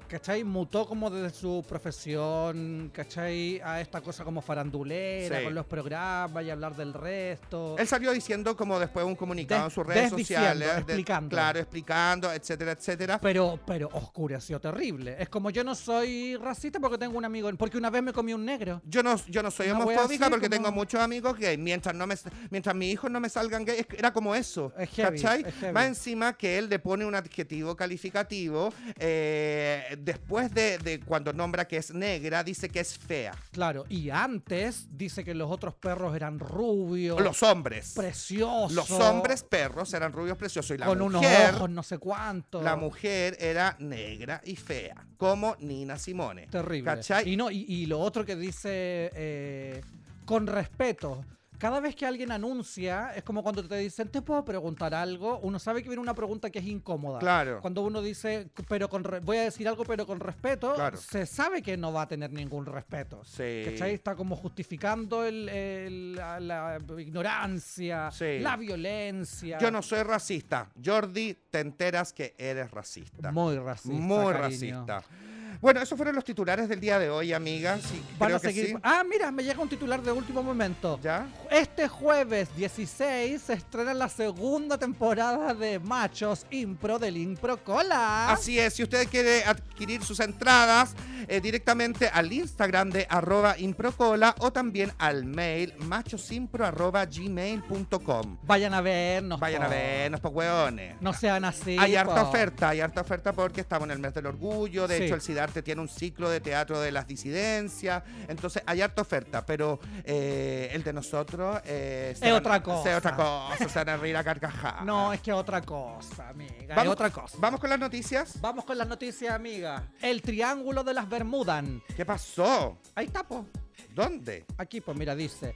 Speaker 2: ¿Cachai? Mutó como desde su profesión, ¿cachai? A esta cosa como farandulera,
Speaker 1: Sí.
Speaker 2: con los programas y hablar del resto.
Speaker 1: Él salió diciendo como después un comunicado
Speaker 2: Des-
Speaker 1: en sus redes
Speaker 2: desdiciendo,
Speaker 1: sociales. de-
Speaker 2: explicando.
Speaker 1: claro, explicando, etcétera, etcétera.
Speaker 2: Pero, pero oscureció terrible. Es como yo no soy racista porque tengo un amigo, porque una vez me comí un negro.
Speaker 1: Yo no, yo no soy
Speaker 2: Una wea
Speaker 1: homofóbica
Speaker 2: así,
Speaker 1: porque
Speaker 2: como-
Speaker 1: tengo muchos amigos gay. Mientras, no me, mientras mis hijos no me salgan gay, es que era como eso.
Speaker 2: Es heavy,
Speaker 1: ¿Cachai?
Speaker 2: es heavy.
Speaker 1: Más encima que él le pone un adjetivo calificativo. eh, después de, de cuando nombra que es negra, dice que es fea.
Speaker 2: Claro, y antes dice que los otros perros eran rubios,
Speaker 1: Los hombres.
Speaker 2: preciosos,
Speaker 1: Los hombres perros eran rubios preciosos. Y la
Speaker 2: con
Speaker 1: mujer,
Speaker 2: unos ojos no sé cuánto.
Speaker 1: la mujer era negra y fea. Como Nina Simone.
Speaker 2: Terrible.
Speaker 1: ¿Cachai?
Speaker 2: Y no, y, y lo otro que dice eh, con respeto. Cada vez que alguien anuncia, es como cuando te dicen, ¿te puedo preguntar algo? Uno sabe que viene una pregunta que es incómoda.
Speaker 1: Claro.
Speaker 2: Cuando uno dice, pero con re- voy a decir algo, pero con respeto,
Speaker 1: Claro.
Speaker 2: se sabe que no va a tener ningún respeto.
Speaker 1: Sí.
Speaker 2: ¿Cachai? Está como justificando el- el- la, la ignorancia,
Speaker 1: Sí.
Speaker 2: la violencia.
Speaker 1: Yo no soy racista. Jordi, te enteras que eres racista.
Speaker 2: Muy racista.
Speaker 1: Muy
Speaker 2: cariño.
Speaker 1: racista. Bueno, esos fueron los titulares del día de hoy, amiga. Sí,
Speaker 2: Van
Speaker 1: creo
Speaker 2: a
Speaker 1: que
Speaker 2: seguir.
Speaker 1: sí.
Speaker 2: Ah, mira, me llega un titular de último momento.
Speaker 1: ¿Ya?
Speaker 2: Este jueves 16 se estrena la segunda temporada de Machos Impro del Impro Cola.
Speaker 1: Así es, si usted quiere adquirir sus entradas eh, directamente al Instagram de arroba improcola o también al mail machosimpro arroba gmail.com.
Speaker 2: Vayan a vernos.
Speaker 1: Vayan a
Speaker 2: po.
Speaker 1: vernos, pues hueones.
Speaker 2: No sean así.
Speaker 1: Hay harta
Speaker 2: po.
Speaker 1: oferta, hay harta oferta porque estamos en el mes del orgullo. De
Speaker 2: Sí.
Speaker 1: hecho, el Sidarte tiene un ciclo de teatro de las disidencias. Entonces, hay harta oferta, pero eh, el de nosotros eh, se
Speaker 2: Es
Speaker 1: van-
Speaker 2: otra cosa.
Speaker 1: Es otra cosa, se van a reír a carcajadas.
Speaker 2: No, es que otra cosa, amiga.
Speaker 1: Vamos-
Speaker 2: es otra cosa.
Speaker 1: Vamos con las noticias.
Speaker 2: Vamos con las noticias, amiga. El Triángulo de las Bermudan.
Speaker 1: ¿Qué pasó?
Speaker 2: Ahí está, po.
Speaker 1: ¿Dónde?
Speaker 2: Aquí, pues mira, dice: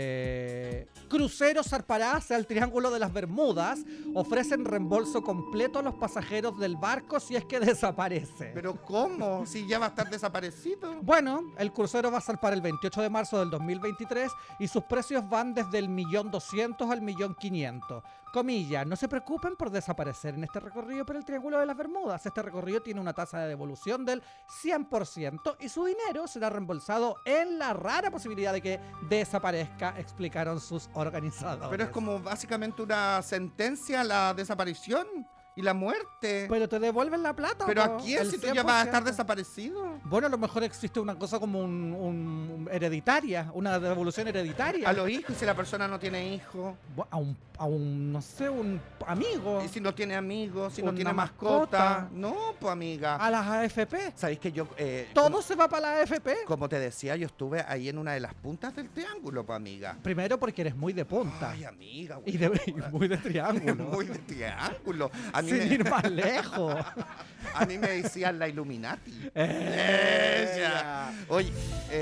Speaker 2: eh, Crucero zarpará hacia el Triángulo de las Bermudas. Ofrecen reembolso completo a los pasajeros del barco si es que desaparece.
Speaker 1: ¿Pero cómo? Si ya va a estar desaparecido.
Speaker 2: Bueno, el crucero va a zarpar el 28 de marzo del 2023 y sus precios van desde el millón doscientos al millón quinientos. Comilla, no se preocupen por desaparecer en este recorrido por el Triángulo de las Bermudas. Este recorrido tiene una tasa de devolución del 100% y su dinero será reembolsado en la rara posibilidad de que desaparezca, explicaron sus organizadores.
Speaker 1: Pero es como básicamente una sentencia a la desaparición y la muerte.
Speaker 2: Pero te devuelven la plata.
Speaker 1: ¿Pero
Speaker 2: po,
Speaker 1: a quién
Speaker 2: Pues, el
Speaker 1: si tú ya vas a estar
Speaker 2: 100%.
Speaker 1: desaparecido?
Speaker 2: Bueno, a lo mejor existe una cosa como un, un- hereditaria, una devolución hereditaria.
Speaker 1: A los hijos, y si la persona no tiene hijos,
Speaker 2: Bu- a, un, a un, no sé, un amigo.
Speaker 1: y si no tiene amigos, si no
Speaker 2: Una
Speaker 1: tiene mascota.
Speaker 2: mascota. Ah.
Speaker 1: No, pues amiga.
Speaker 2: A las AFP.
Speaker 1: ¿Sabéis que yo... eh,
Speaker 2: Todo se va para la AFP.
Speaker 1: como, como te decía, yo estuve ahí en una de las puntas del triángulo, pues amiga.
Speaker 2: Primero porque eres muy de punta.
Speaker 1: Ay, amiga, güey.
Speaker 2: y, de- y muy de triángulo.
Speaker 1: Muy de triángulo. A mí,
Speaker 2: sin
Speaker 1: me,
Speaker 2: ir más lejos.
Speaker 1: a mí me decían la Illuminati.
Speaker 2: Ella.
Speaker 1: Ella. Oye,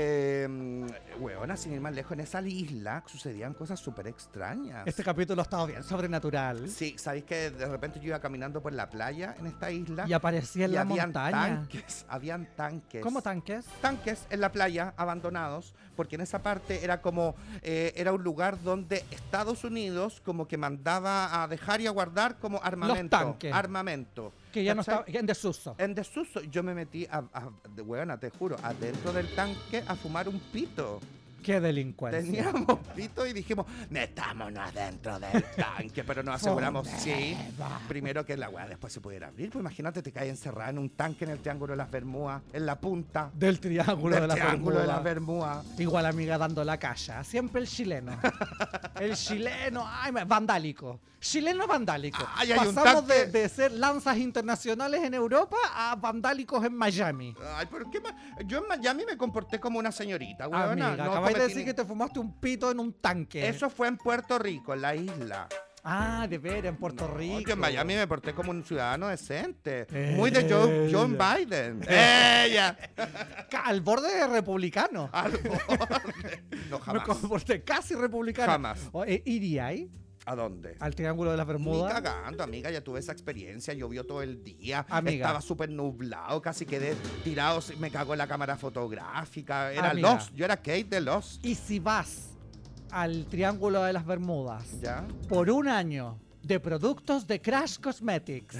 Speaker 1: eh, weona, sin ir más lejos, en esa isla sucedían cosas súper extrañas.
Speaker 2: Este capítulo ha estado bien sobrenatural.
Speaker 1: Sí, ¿sabéis que de repente yo iba caminando por la playa en esta isla?
Speaker 2: Y aparecía en
Speaker 1: y
Speaker 2: la
Speaker 1: habían
Speaker 2: montaña.
Speaker 1: tanques, habían tanques.
Speaker 2: ¿Cómo tanques?
Speaker 1: tanques en la playa abandonados, porque en esa parte era como, eh, era un lugar donde Estados Unidos como que mandaba a dejar y a guardar como armamento.
Speaker 2: tanques.
Speaker 1: Armamento.
Speaker 2: Que ya no
Speaker 1: ¿cachai? Eh,
Speaker 2: está en desuso.
Speaker 1: En desuso, yo me metí, a, a- de- weona, te juro, adentro del tanque a fumar un pito.
Speaker 2: Qué delincuencia.
Speaker 1: Teníamos pito y dijimos, metámonos adentro del tanque, pero nos aseguramos, sí, primero que la weá después se pudiera abrir. Pues imagínate, te caes encerrada en un tanque en el Triángulo de las Bermudas, en la punta.
Speaker 2: Del triángulo
Speaker 1: del
Speaker 2: de la
Speaker 1: Triángulo de
Speaker 2: Bermuda.
Speaker 1: las Bermudas.
Speaker 2: Igual amiga dando la calla. Siempre el chileno. El chileno, ay, me- vandálico. Chileno vandálico.
Speaker 1: Ay, hay un
Speaker 2: Pasamos de,
Speaker 1: tanque.
Speaker 2: de ser lanzas internacionales en Europa a vandálicos en Miami.
Speaker 1: Ay, pero qué ma- Yo en Miami me comporté como una señorita,
Speaker 2: Amiga,
Speaker 1: weona. no
Speaker 2: acabas de
Speaker 1: cometí
Speaker 2: decir
Speaker 1: ni-
Speaker 2: que te fumaste un pito en un tanque.
Speaker 1: Eso fue en Puerto Rico, en la isla.
Speaker 2: Ah, de ver, en Puerto Rico.
Speaker 1: Porque en Miami me porté como un ciudadano decente. Muy de Joe,
Speaker 2: Eh, Ella.
Speaker 1: John Biden. ¡Ella!
Speaker 2: Ca- Al borde de republicano.
Speaker 1: Al borde. No,
Speaker 2: Me
Speaker 1: Ah, jamás.
Speaker 2: comporté casi republicano.
Speaker 1: Jamás.
Speaker 2: O- eh, ¿Iría ahí?
Speaker 1: ¿A dónde?
Speaker 2: Al Triángulo de las
Speaker 1: Ni
Speaker 2: Bermudas.
Speaker 1: cagando, amiga, ya tuve esa experiencia, llovió todo el día,
Speaker 2: Amiga.
Speaker 1: estaba súper nublado, casi quedé tirado, me cagó la cámara fotográfica, era
Speaker 2: Amiga.
Speaker 1: Lost, yo era Kate de Lost,
Speaker 2: Y si vas al Triángulo de las Bermudas
Speaker 1: ¿ya?
Speaker 2: por un año de productos de Crash Cosmetics,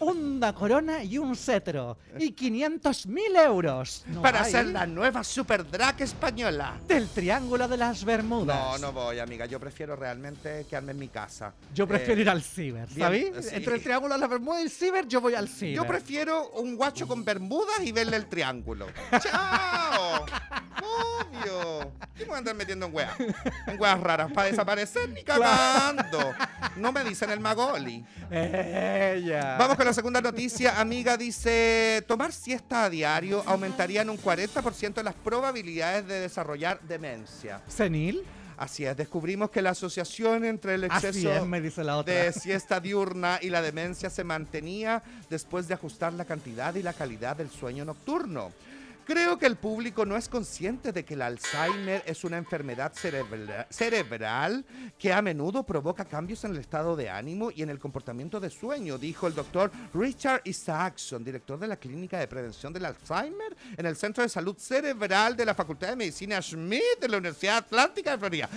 Speaker 2: una corona y un cetro y 500 mil euros No
Speaker 1: Para
Speaker 2: hay.
Speaker 1: ser la nueva super drag española.
Speaker 2: del Triángulo de las Bermudas.
Speaker 1: No, no voy, amiga. Yo prefiero realmente quedarme en mi casa.
Speaker 2: Yo prefiero
Speaker 1: Eh,
Speaker 2: ir al ciber,
Speaker 1: bien, eh,
Speaker 2: ¿sabí?
Speaker 1: sí.
Speaker 2: Entre el Triángulo de las Bermudas y el ciber, yo voy al ciber.
Speaker 1: Yo prefiero un guacho con bermudas y verle el triángulo. ¡Chao! ¡Obvio! ¿Qué me voy a andar metiendo en weas? En weas raras para desaparecer ni cagando. No me dicen el Magoli.
Speaker 2: Ella.
Speaker 1: Vamos con la segunda noticia. Amiga dice, tomar siesta a diario aumentaría en un 40% las probabilidades de desarrollar demencia.
Speaker 2: ¿Senil?
Speaker 1: Así es, descubrimos que la asociación entre el exceso...
Speaker 2: Así es, me dice la otra.
Speaker 1: de siesta diurna y la demencia se mantenía después de ajustar la cantidad y la calidad del sueño nocturno. Creo que el público no es consciente de que el Alzheimer es una enfermedad cerebra- cerebral que a menudo provoca cambios en el estado de ánimo y en el comportamiento de sueño, dijo el doctor Richard Isaacson, director de la Clínica de Prevención del Alzheimer en el Centro de Salud Cerebral de la Facultad de Medicina Schmidt de la Universidad Atlántica de Florida.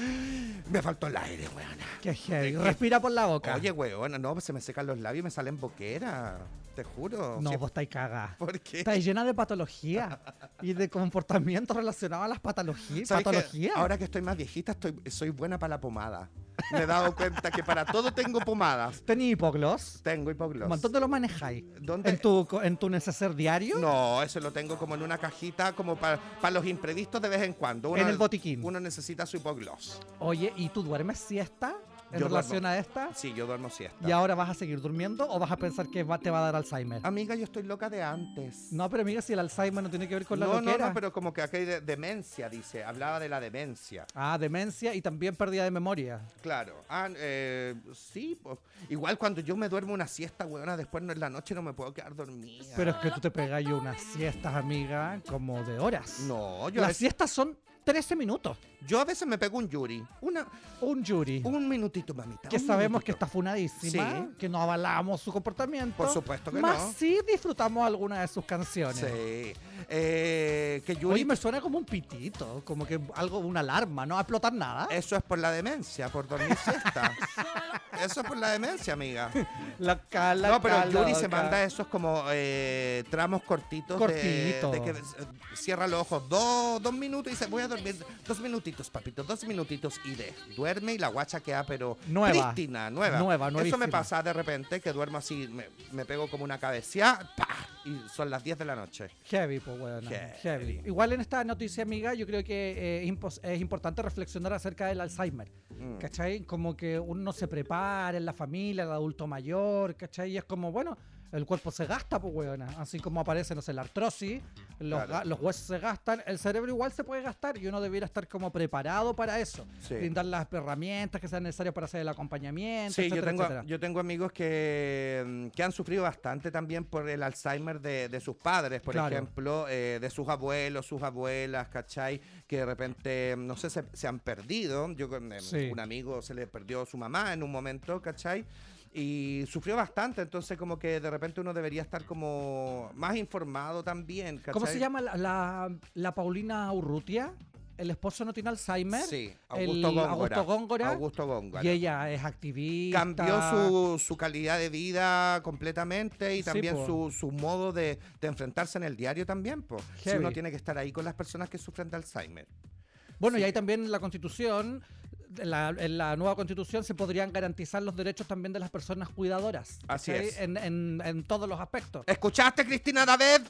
Speaker 1: Me faltó el aire, weona.
Speaker 2: Qué heavy. Respira por la boca.
Speaker 1: Oye, weona, no, pues se me secan los labios y me salen boquera. Te juro.
Speaker 2: no,
Speaker 1: Sí,
Speaker 2: vos estáis cagada.
Speaker 1: ¿Por qué?
Speaker 2: Estáis llena de patología y de comportamiento relacionado a las patologías.
Speaker 1: ¿Sabes qué?
Speaker 2: Patología.
Speaker 1: Ahora que estoy más viejita, estoy, soy buena para la pomada. Me he dado cuenta que para todo tengo pomadas.
Speaker 2: ¿Tenís hipogloss?
Speaker 1: Tengo hipogloss.
Speaker 2: ¿Dónde lo manejáis?
Speaker 1: ¿Dónde?
Speaker 2: ¿En tu, co- ¿En tu neceser diario?
Speaker 1: No, eso lo tengo como en una cajita, como para los imprevistos de vez en cuando.
Speaker 2: En el botiquín.
Speaker 1: Uno necesita su hipogloss.
Speaker 2: Oye, ¿y tú duermes siesta en
Speaker 1: Yo
Speaker 2: relación
Speaker 1: duermo.
Speaker 2: a esta?
Speaker 1: Sí, yo duermo siesta.
Speaker 2: ¿Y ahora vas a seguir durmiendo o vas a pensar que va- te va a dar Alzheimer?
Speaker 1: Amiga, yo estoy loca de antes.
Speaker 2: No, pero amiga, si el Alzheimer no tiene que ver con la
Speaker 1: no, no,
Speaker 2: loquera.
Speaker 1: no, pero como que acá hay de- demencia, dice. Hablaba de la demencia.
Speaker 2: Ah, demencia y también pérdida de memoria.
Speaker 1: Claro. Ah, eh, sí, po. igual cuando yo me duermo una siesta, weona, después no- en la noche no me puedo quedar dormida.
Speaker 2: Pero es que tú te pegas y unas siestas, amiga, como de horas.
Speaker 1: no, yo a
Speaker 2: Las
Speaker 1: veces-
Speaker 2: siestas son 13 minutos.
Speaker 1: Yo a veces me pego un Yuri. Una,
Speaker 2: Un Yuri.
Speaker 1: un minutito, mamita.
Speaker 2: que
Speaker 1: un
Speaker 2: sabemos
Speaker 1: minutito.
Speaker 2: que está funadísima,
Speaker 1: Sí.
Speaker 2: que no avalamos su comportamiento.
Speaker 1: Por supuesto que
Speaker 2: más
Speaker 1: no.
Speaker 2: sí disfrutamos alguna de sus canciones.
Speaker 1: Sí. Eh, que Yuri.
Speaker 2: Oye, me suena como un pitito, como que algo, una alarma, no va a explotar nada.
Speaker 1: Eso es por la demencia, por dormir siesta. Eso es por la demencia, amiga.
Speaker 2: La cala,
Speaker 1: No, pero Yuri se manda esos como eh, tramos cortitos. de-
Speaker 2: Cortito.
Speaker 1: De, que eh, cierra los ojos dos, dos minutos y se voy a dormir. Dos minutitos, papito, dos minutitos y de. Duerme y la guacha queda, pero.
Speaker 2: Nueva.
Speaker 1: prístina, nueva.
Speaker 2: Nueva,
Speaker 1: Eso me
Speaker 2: nuevísima.
Speaker 1: pasa de repente, que duermo así, me, me pego como una cabeceada, ¡pah! y son las 10 de la noche.
Speaker 2: Heavy, pues, weona,
Speaker 1: Heavy.
Speaker 2: heavy. Igual en esta noticia, amiga, yo creo que eh, impos- es importante reflexionar acerca del Alzheimer.
Speaker 1: Mm.
Speaker 2: ¿Cachai? Como que uno no se prepara en la familia, el adulto mayor, ¿cachai? Y es como, bueno, el cuerpo se gasta, pues, weona. Así como aparece, no sé, la artrosis, los,
Speaker 1: Claro.
Speaker 2: ga- los huesos se gastan, el cerebro igual se puede gastar y uno debiera estar como preparado para eso.
Speaker 1: Sí.
Speaker 2: Brindar las herramientas que sean necesarias para hacer el acompañamiento,
Speaker 1: Sí,
Speaker 2: etcétera,
Speaker 1: yo tengo,
Speaker 2: etcétera.
Speaker 1: yo tengo amigos que, mm, que han sufrido bastante también por el Alzheimer de, de sus padres, por
Speaker 2: Claro.
Speaker 1: ejemplo, eh, de sus abuelos, sus abuelas, ¿cachai? Que de repente, mm, no sé, se, se han perdido. Yo con eh,
Speaker 2: Sí.
Speaker 1: un amigo se le perdió su mamá en un momento, ¿cachai? Y sufrió bastante, entonces como que de repente uno debería estar como más informado también, ¿cachai?
Speaker 2: ¿Cómo se llama la, la, la Paulina Urrutia? ¿El esposo no tiene Alzheimer?
Speaker 1: Sí,
Speaker 2: El
Speaker 1: Augusto Góngora.
Speaker 2: Augusto Góngora.
Speaker 1: Augusto Góngora.
Speaker 2: Y ella es activista.
Speaker 1: cambió su, su calidad de vida completamente y
Speaker 2: Sí,
Speaker 1: también
Speaker 2: po.
Speaker 1: su, su modo de, de enfrentarse en el diario también, pues. Si
Speaker 2: Heavy.
Speaker 1: uno tiene que estar ahí con las personas que sufren de Alzheimer.
Speaker 2: Bueno, y ahí también la constitución, la- en la nueva constitución se podrían garantizar los derechos también de las personas cuidadoras.
Speaker 1: Así
Speaker 2: ¿cachai?
Speaker 1: es. Eh,
Speaker 2: En, en- en todos los aspectos.
Speaker 1: ¿Escuchaste, Cristina David?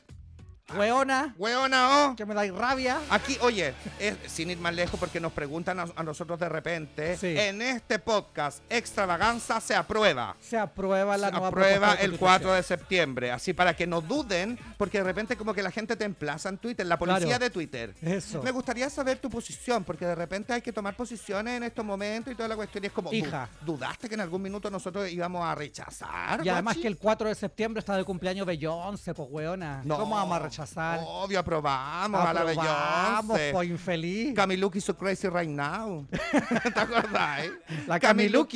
Speaker 1: ah.
Speaker 2: Weona,
Speaker 1: ¡Hueona, oh!
Speaker 2: que me dais rabia.
Speaker 1: Aquí, oye, es- sin ir más lejos, porque nos preguntan a, a nosotros de repente,
Speaker 2: Sí.
Speaker 1: en este podcast, Extravaganza se aprueba.
Speaker 2: Se aprueba la
Speaker 1: Se
Speaker 2: nueva
Speaker 1: aprueba
Speaker 2: propuesta de
Speaker 1: el 4
Speaker 2: constitución.
Speaker 1: de septiembre, así para que no duden, porque de repente como que la gente te emplaza en Twitter, la policía
Speaker 2: Claro.
Speaker 1: de Twitter.
Speaker 2: Eso.
Speaker 1: Me gustaría saber tu posición, porque de repente hay que tomar posiciones en estos momentos y toda la cuestión. Y es como, du-
Speaker 2: Hija.
Speaker 1: ¿dudaste que en algún minuto nosotros íbamos a rechazar?
Speaker 2: Y además
Speaker 1: guachi?
Speaker 2: que el 4 de septiembre está de cumpleaños Beyoncé, pues weona.
Speaker 1: No,
Speaker 2: ¿Cómo vamos a rechazar?
Speaker 1: Obvio, aprobamos, a la
Speaker 2: Aprobamos, pues,
Speaker 1: Beyoncé.
Speaker 2: Ah, po, infeliz.
Speaker 1: Camiluki so crazy right now. ¿Te acordás? eh?
Speaker 2: La
Speaker 1: Camiluki.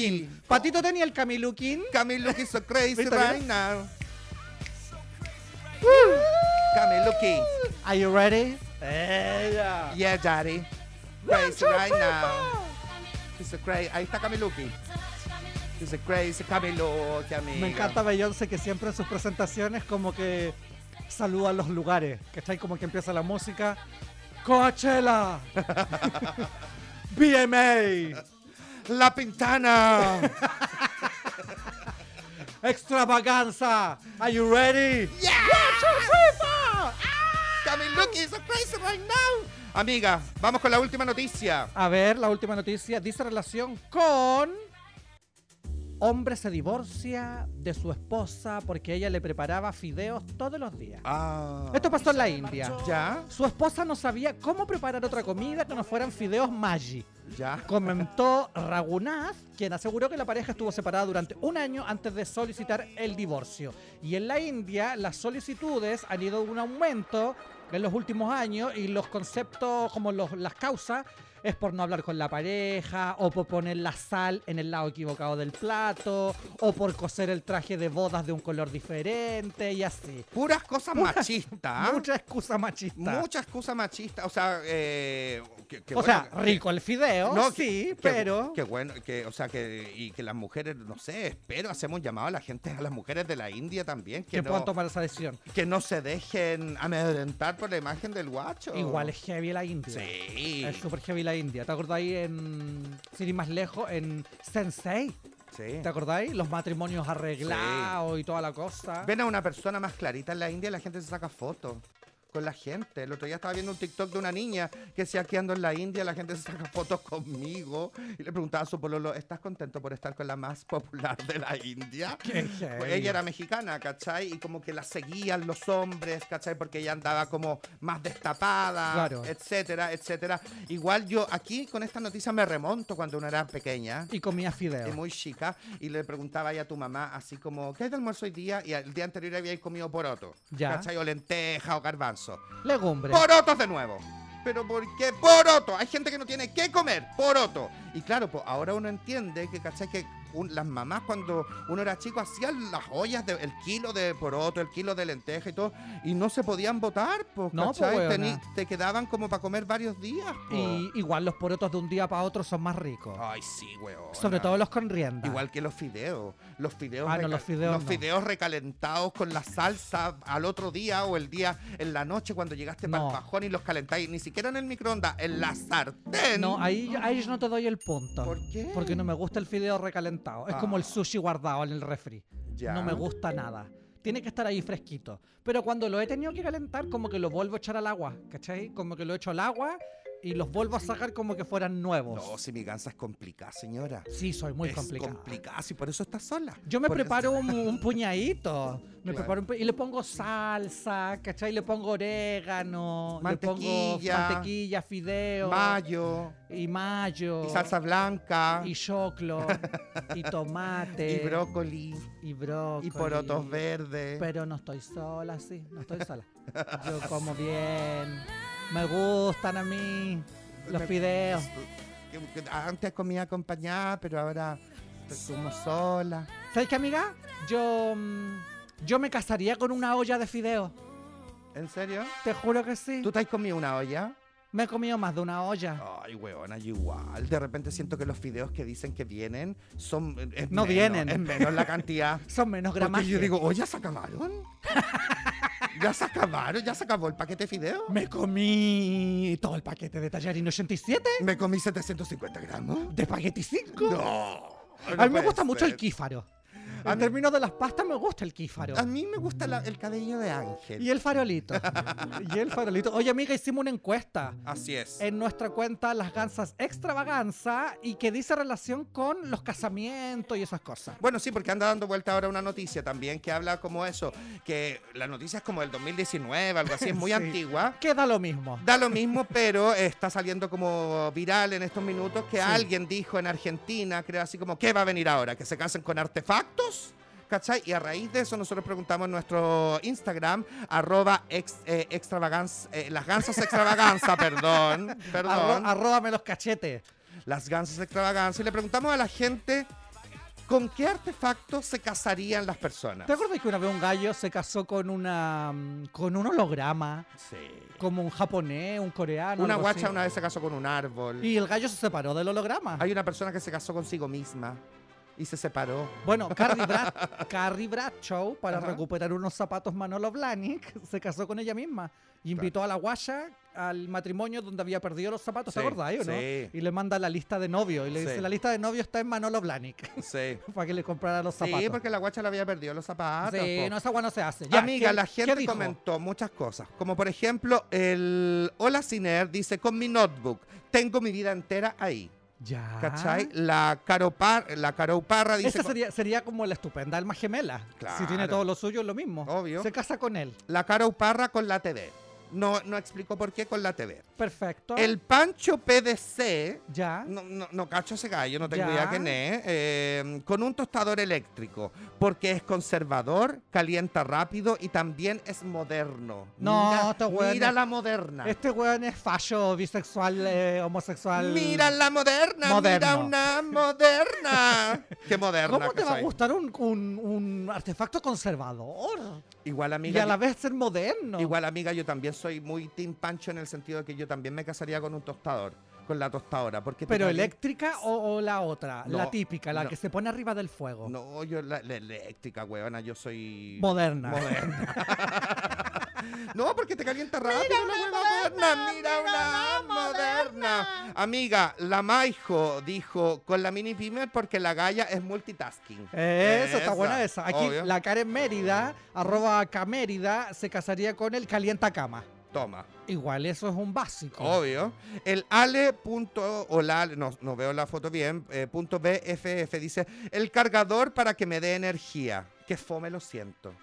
Speaker 2: Camiluquín. Patito tenía el Camiluquín.
Speaker 1: Camiluki so crazy
Speaker 2: ¿Viste bien? Uh.
Speaker 1: right now. Camiluki.
Speaker 2: Are you ready? Ella.
Speaker 1: Yeah, daddy. Crazy right now. He's a crazy. Ahí está Camiluki. He's a crazy Camiluki, amiga.
Speaker 2: Me encanta Beyoncé que siempre en sus presentaciones como que saluda a los lugares, ¿cachai? Como que empieza la música. Coachella, BMA,
Speaker 1: La Pintana.
Speaker 2: Extravaganza, Are you ready?
Speaker 1: yeah. Camiluki is a crazy right now. Amiga, vamos con la última noticia.
Speaker 2: A ver, la última noticia dice relación con... Hombre se divorcia de su esposa porque ella le preparaba fideos todos los días.
Speaker 1: Ah.
Speaker 2: Esto pasó en la India.
Speaker 1: Ya,
Speaker 2: Su esposa no sabía cómo preparar otra comida que no fueran fideos Maggi.
Speaker 1: ya.
Speaker 2: Comentó Ragunath, quien aseguró que la pareja estuvo separada durante un año antes de solicitar el divorcio. Y en la India, las solicitudes han ido en un aumento en los últimos años y los conceptos, como los- las causas, es por no hablar con la pareja, o por poner la sal en el lado equivocado del plato, o por coser el traje de bodas de un color diferente y así.
Speaker 1: Puras cosas machistas. ¿ah?
Speaker 2: Mucha excusa machista.
Speaker 1: Mucha excusa machista. O sea, eh, que- que
Speaker 2: o
Speaker 1: bueno, eh,
Speaker 2: sea, rico el fideo,
Speaker 1: No,
Speaker 2: sí,
Speaker 1: que-
Speaker 2: pero...
Speaker 1: Que bueno, que, o sea, que, y que las mujeres, no sé, espero, hacemos un llamado a la gente, a las mujeres de la India también, que,
Speaker 2: que puedan
Speaker 1: no,
Speaker 2: tomar esa decisión.
Speaker 1: que no se dejen amedrentar por la imagen del guacho.
Speaker 2: Igual es heavy la India.
Speaker 1: Oh. Sí.
Speaker 2: Es súper heavy la India. ¿Te acordáis en. Sin ir más lejos, en Sensei?
Speaker 1: sí.
Speaker 2: ¿Te acordáis? Los matrimonios arreglados y toda la cosa.
Speaker 1: Ven a una persona más clarita en la India y la gente se saca fotos con la gente. El otro día estaba viendo un TikTok de una niña que decía que ando en la India, la gente se saca fotos conmigo. Y le preguntaba a su pololo, ¿estás contento por estar con la más popular de la India?
Speaker 2: Qué heavy.
Speaker 1: Pues ella era mexicana, ¿cachai? Y como que la seguían los hombres, ¿cachai? Porque ella andaba como más destapada,
Speaker 2: Claro.
Speaker 1: etcétera, etcétera. Igual yo aquí con esta noticia me remonto cuando una era pequeña.
Speaker 2: Y comía
Speaker 1: eh,
Speaker 2: fideo.
Speaker 1: Muy chica, y le preguntaba ahí a tu mamá, así como, ¿qué hay de almuerzo hoy día? Y el día anterior habíais comido poroto,
Speaker 2: Ya.
Speaker 1: ¿cachai? O lenteja o garbanzo.
Speaker 2: Legumbres.
Speaker 1: Porotos de nuevo. pero ¿por qué? Poroto. Hay gente que no tiene que comer. Poroto. Y claro, pues ahora uno entiende que, ¿cachai? Que un- las mamás cuando uno era chico hacían las ollas del kilo de poroto, el kilo de lenteja y todo, y no se podían votar, pues,
Speaker 2: No, pues,
Speaker 1: ¿cachai?
Speaker 2: weona.
Speaker 1: Tení- te quedaban como para comer varios días. po.
Speaker 2: Y igual los porotos de un día para otro son más ricos.
Speaker 1: Ay, sí, weón.
Speaker 2: Sobre todo los con rienda.
Speaker 1: Oh, Igual que los fideos. Los fideos,
Speaker 2: Ah, no,
Speaker 1: recal-
Speaker 2: los fideos no.
Speaker 1: fideos recalentados con la salsa al otro día o el día en la noche cuando llegaste para
Speaker 2: No.
Speaker 1: el bajón y los calentáis. Ni siquiera en el microondas, en la sartén.
Speaker 2: No, ahí, yo- ahí yo no te doy el punto.
Speaker 1: ¿Por qué?
Speaker 2: Porque no me gusta el fideo recalentado. Es como el
Speaker 1: Ah.
Speaker 2: sushi guardado en el refri.
Speaker 1: Ya.
Speaker 2: No me gusta nada. Tiene que estar ahí fresquito. Pero cuando lo he tenido que calentar, como que lo vuelvo a echar al agua, ¿cachai? Como que lo echo al agua y los vuelvo a sacar como que fueran nuevos.
Speaker 1: No, si mi gansa es complicada, señora.
Speaker 2: Sí, soy muy
Speaker 1: es
Speaker 2: complicado.
Speaker 1: complicada, si por eso estás sola.
Speaker 2: Yo me
Speaker 1: Por eso-
Speaker 2: preparo un, un puñadito. Me
Speaker 1: Claro.
Speaker 2: preparo un pu- y le pongo salsa, ¿cachai? Le pongo orégano, le
Speaker 1: Mantequilla.
Speaker 2: pongo mantequilla, fideo
Speaker 1: Mayo,
Speaker 2: y mayo
Speaker 1: y salsa blanca,
Speaker 2: y
Speaker 1: y,
Speaker 2: choclo y tomate
Speaker 1: brócoli,
Speaker 2: y brócoli.
Speaker 1: y porotos verdes.
Speaker 2: Pero no estoy sola, sí, no estoy sola. Yo como bien. Me gustan a mí los
Speaker 1: Me-
Speaker 2: fideos.
Speaker 1: Que- que Antes comía acompañada, pero ahora como sola.
Speaker 2: ¿Sabes qué, amiga? Yo, mm, yo me casaría con una olla de fideos.
Speaker 1: ¿En serio?
Speaker 2: Te juro que sí.
Speaker 1: ¿Tú te has comido una olla?
Speaker 2: Me he comido más de una olla.
Speaker 1: Ay, weona, yo igual. De repente siento que los fideos que dicen que vienen son. eh, es
Speaker 2: No
Speaker 1: menos,
Speaker 2: vienen.
Speaker 1: Es menos la cantidad.
Speaker 2: Son menos
Speaker 1: Porque
Speaker 2: gramajes.
Speaker 1: yo digo, ¿oh, ya se acabaron? ¿Ya se acabaron? ¿Ya se acabó el paquete de fideos?
Speaker 2: me comí todo el paquete de tallarín 87
Speaker 1: ¿Me comí 750 gramos?
Speaker 2: de espagueti 5.
Speaker 1: No.
Speaker 2: a mí me gusta mucho el kífaro.
Speaker 1: A
Speaker 2: En
Speaker 1: mí-
Speaker 2: términos de las pastas me gusta el kífaro.
Speaker 1: A mí me gusta la- el cabello de
Speaker 2: Y
Speaker 1: Ángel.
Speaker 2: el farolito. y el farolito. Oye, amiga, hicimos una encuesta
Speaker 1: Así es.
Speaker 2: en nuestra cuenta Las Gansas Extravaganza y que dice relación con los casamientos y esas cosas.
Speaker 1: Bueno, sí, porque anda dando vuelta ahora una noticia también que habla como eso, que la noticia es como del 2019, algo así, es muy
Speaker 2: Sí.
Speaker 1: antigua.
Speaker 2: Queda lo mismo.
Speaker 1: Da lo mismo, pero está saliendo como viral en estos minutos que
Speaker 2: Sí.
Speaker 1: alguien dijo en Argentina, creo así como, ¿qué va a venir ahora? ¿Que se casen con artefactos? ¿Cachai? Y a raíz de eso nosotros preguntamos en nuestro Instagram, arroba ex- eh, extravaganza, eh, las gansas extravaganza, perdón,
Speaker 2: Arro- ah.
Speaker 1: perdón,
Speaker 2: arróbame los cachetes.
Speaker 1: las gansas extravaganza, y le preguntamos a la gente con qué artefactos se casarían las personas.
Speaker 2: ¿Te acuerdas que una vez un gallo se casó con una mm, con un holograma?
Speaker 1: Sí.
Speaker 2: Como un japonés, un coreano.
Speaker 1: Una
Speaker 2: algo
Speaker 1: guacha
Speaker 2: así?
Speaker 1: una vez se casó con un árbol.
Speaker 2: Y el gallo se separó del holograma.
Speaker 1: Hay una persona que se casó consigo misma y se separó.
Speaker 2: Bueno, Carrie, Brad- Carrie Bradshaw, para
Speaker 1: Ajá.
Speaker 2: recuperar unos zapatos Manolo Blahnik, se casó con ella misma. Y invitó a la guaya al matrimonio donde había perdido los zapatos,
Speaker 1: Sí,
Speaker 2: ¿te acordás, o no?
Speaker 1: sí.
Speaker 2: Y le manda la lista de novio. Y le
Speaker 1: Sí.
Speaker 2: dice, la lista de novio está en Manolo Blahnik,
Speaker 1: Sí.
Speaker 2: para que le comprara los zapatos.
Speaker 1: Sí, porque la guacha le había perdido los zapatos.
Speaker 2: Sí,
Speaker 1: po.
Speaker 2: no, esa guay no se hace. Ya,
Speaker 1: Amiga,
Speaker 2: ¿qué-
Speaker 1: la
Speaker 2: qué
Speaker 1: gente
Speaker 2: dijo?
Speaker 1: comentó muchas cosas. Como por ejemplo, el Hola Ciner dice, con mi notebook, tengo mi vida entera ahí.
Speaker 2: Ya.
Speaker 1: ¿Cachai? La Caro, Par- la Caro Parra dice...
Speaker 2: Ah. Esa
Speaker 1: "Con-
Speaker 2: sería, sería como la estupenda alma gemela. Si tiene
Speaker 1: Claro.
Speaker 2: todo lo suyo, lo mismo.
Speaker 1: Obvio.
Speaker 2: Se casa con él.
Speaker 1: La Caro Parra con la TV. No, no explicó por qué con la TV.
Speaker 2: Perfecto.
Speaker 1: El Pancho PDC
Speaker 2: Ya.
Speaker 1: No, no, no cacho ese gallo, no tengo
Speaker 2: Ya.
Speaker 1: idea quién es. eh, con un tostador eléctrico, porque es conservador, calienta rápido y también es moderno.
Speaker 2: No, esta
Speaker 1: mira,
Speaker 2: weá
Speaker 1: mira
Speaker 2: no-
Speaker 1: la moderna.
Speaker 2: Este weón es fallo, bisexual, eh, homosexual.
Speaker 1: Mira la moderna, mira
Speaker 2: Moderno.
Speaker 1: una moderna. Qué moderna
Speaker 2: ¿Cómo
Speaker 1: que
Speaker 2: te va a
Speaker 1: soy.
Speaker 2: gustar un, un- un artefacto conservador?
Speaker 1: Igual
Speaker 2: y
Speaker 1: amiga,
Speaker 2: a la
Speaker 1: yo-
Speaker 2: vez ser moderno.
Speaker 1: igual amiga, yo también soy muy team Pancho en el sentido de que yo también me casaría con un tostador, con la tostadora, porque te
Speaker 2: Pero
Speaker 1: calienta-
Speaker 2: eléctrica o, o la otra,
Speaker 1: No,
Speaker 2: la típica, la
Speaker 1: no.
Speaker 2: que se pone arriba del fuego.
Speaker 1: No, yo la, la eléctrica, weona, yo soy
Speaker 2: Moderna.
Speaker 1: Moderna. no, porque te calienta rápido mira una moderna, mira una moderna. Amiga, la Maijo dijo con la mini pimer porque la galla es multitasking.
Speaker 2: Eso, está buena Eh, esa. Aquí
Speaker 1: obvio.
Speaker 2: la Karen Mérida, arroba Camérida, se casaría con el cama
Speaker 1: Toma,
Speaker 2: Igual eso es un básico.
Speaker 1: obvio. El ale punto, o la ale- no, no veo la foto bien, eh, punto BFF dice, el cargador para que me dé energía. Que fome lo siento.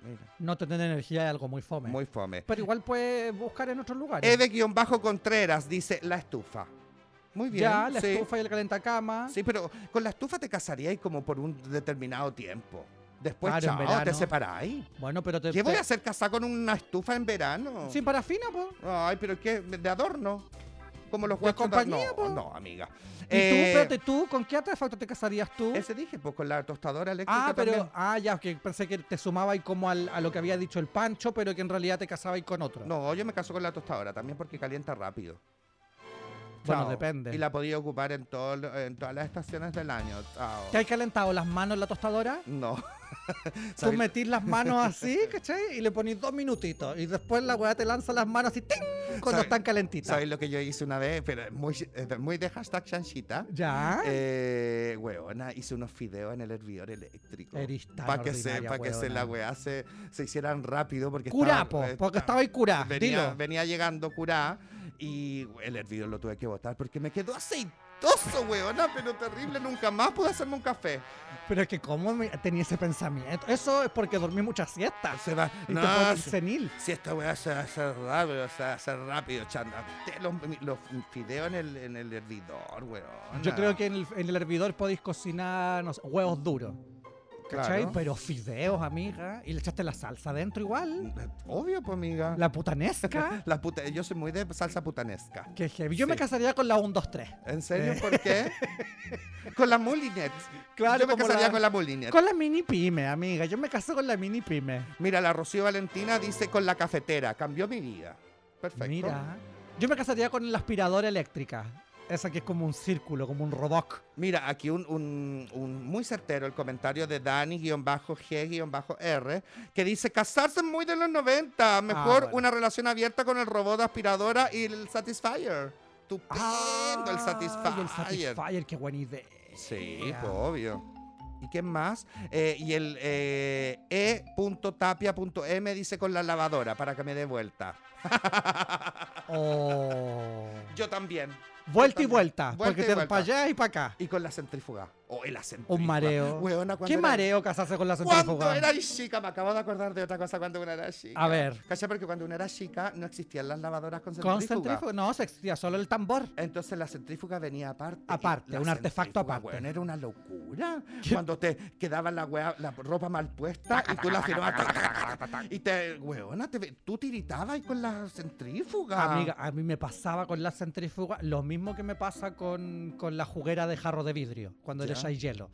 Speaker 1: Mira,
Speaker 2: No tener energía es algo muy fome.
Speaker 1: muy fome.
Speaker 2: Pero igual puedes buscar en otros lugares.
Speaker 1: Eve-Contreras dice la estufa. Muy bien.
Speaker 2: ya, la
Speaker 1: sí.
Speaker 2: estufa y el calentacama.
Speaker 1: Sí, pero con la estufa te casarías como por un determinado tiempo. Después,
Speaker 2: Claro, en
Speaker 1: chao,
Speaker 2: verano.
Speaker 1: te separáis.
Speaker 2: Bueno, pero te.
Speaker 1: ¿Qué voy
Speaker 2: te-
Speaker 1: a hacer casada con una estufa en verano?
Speaker 2: Sin parafina, pues.
Speaker 1: Ay, pero ¿qué? ¿De adorno? Como los guachos
Speaker 2: compañía,
Speaker 1: No,
Speaker 2: po.
Speaker 1: no, amiga.
Speaker 2: ¿Y
Speaker 1: Eh,
Speaker 2: tú, espérate, tú, con qué artefacto te casarías tú?
Speaker 1: Ese dije, pues con la tostadora eléctrica
Speaker 2: Ah, pero.
Speaker 1: también.
Speaker 2: Ah, ya, que pensé que te sumaba y como al- a lo que había dicho el Pancho, pero que en realidad te casabas con otro.
Speaker 1: No, yo me caso con la tostadora también porque calienta rápido.
Speaker 2: Bueno,
Speaker 1: Chao.
Speaker 2: depende.
Speaker 1: Y la podía ocupar en, todo, el- en todas las estaciones del año. Chao.
Speaker 2: ¿Te has calentado las manos en la tostadora?
Speaker 1: No.
Speaker 2: Tú
Speaker 1: ¿Sabes?
Speaker 2: metís las manos así, ¿cachai? Y le ponís dos minutitos. Y después la weá te lanza las manos así, ¡ting! Cuando
Speaker 1: ¿Sabes-
Speaker 2: están calentitas.
Speaker 1: ¿Sabes lo que yo hice una vez? Pero es muy, es muy de hashtag chanchita.
Speaker 2: ¿Ya?
Speaker 1: Eh, weona, hice unos fideos en el hervidor eléctrico.
Speaker 2: Eres tan
Speaker 1: Para que, se,
Speaker 2: ordinaria,
Speaker 1: pa' que se
Speaker 2: weona.
Speaker 1: la weá se, se hicieran rápido. Porque
Speaker 2: curá,
Speaker 1: estaban-
Speaker 2: po,
Speaker 1: eh,
Speaker 2: porque
Speaker 1: estaban-
Speaker 2: estaba ahí curá.
Speaker 1: venía,
Speaker 2: Dilo.
Speaker 1: venía llegando curá y el hervidor lo tuve que botar porque me quedó aceitoso, weona, pero terrible. Nunca más pude hacerme un café.
Speaker 2: Pero es que, ¿cómo me- tenía ese pensamiento? Eso es porque dormí muchas siestas.
Speaker 1: Se va.
Speaker 2: Y
Speaker 1: No,
Speaker 2: te pones
Speaker 1: se-
Speaker 2: senil.
Speaker 1: si esta weá se va a hacer rápido, se va a hacer rápido, chanda. Te Los, los fideos en el, en el hervidor, weona.
Speaker 2: Yo creo que en el, en el hervidor podéis cocinar, no sé, huevos duros. ¿Cachai?
Speaker 1: Claro.
Speaker 2: Pero fideos, amiga. Y le echaste la salsa adentro igual.
Speaker 1: Obvio, pues, amiga.
Speaker 2: La putanesca.
Speaker 1: La puta, yo soy muy de salsa putanesca.
Speaker 2: que heavy. Yo me
Speaker 1: Sí.
Speaker 2: casaría con la 1, 2, 3.
Speaker 1: ¿En
Speaker 2: Eh.
Speaker 1: serio? ¿Por qué? con la Moulinet.
Speaker 2: Claro,
Speaker 1: Yo me
Speaker 2: como
Speaker 1: casaría
Speaker 2: la-
Speaker 1: con la Moulinet.
Speaker 2: Con la mini pyme, amiga. Yo me caso con la mini pyme.
Speaker 1: Mira, la Rocío Valentina dice con la cafetera. Cambió mi vida. Perfecto.
Speaker 2: Mira. Yo me casaría con la aspiradora eléctrica. Esa que es como un círculo, como un robot.
Speaker 1: Mira, aquí un, un- un muy certero el comentario de Dani-G-R que dice casarse es muy de los 90. Mejor
Speaker 2: Ah, bueno.
Speaker 1: una relación abierta con el robot aspiradora y el Satisfyer. Estupendo el Satisfyer.
Speaker 2: Ah, Y el Satisfyer, qué buena idea.
Speaker 1: Sí, pues, obvio. ¿Y qué más? Eh, y el eh, e.tapia.m dice con la lavadora para que me dé vuelta.
Speaker 2: Oh.
Speaker 1: Yo también.
Speaker 2: Vuelta y
Speaker 1: Yo también.
Speaker 2: vuelta,
Speaker 1: Vuelta
Speaker 2: porque
Speaker 1: y
Speaker 2: te
Speaker 1: vuelta.
Speaker 2: para allá y para acá.
Speaker 1: Y con la centrífuga. O el acentrífuga.
Speaker 2: Un mareo.
Speaker 1: Weona, cuando
Speaker 2: ¿Qué
Speaker 1: era-
Speaker 2: mareo casarse con la
Speaker 1: Cuando
Speaker 2: centrífuga?
Speaker 1: era chica, me acabo de acordar de otra cosa cuando uno era chica.
Speaker 2: A ver.
Speaker 1: Cacha, porque cuando uno era chica no existían las lavadoras con centrífuga.
Speaker 2: Con centrífuga. No, se existía solo el tambor.
Speaker 1: Entonces la centrífuga venía aparte. y
Speaker 2: Aparte,
Speaker 1: la
Speaker 2: un artefacto
Speaker 1: centrífuga,
Speaker 2: aparte.
Speaker 1: weón, era una locura. Cuando te quedaban la, wea- la ropa mal puesta y tú la firmabas. tac, tac, tac, tac, y te, weona, te, tú tiritabas con la centrífuga.
Speaker 2: Amiga, a mí me pasaba con la centrífuga lo mismo que me pasa con, con la juguera de jarro de vidrio, cuando
Speaker 1: Ya.
Speaker 2: le echáis hielo,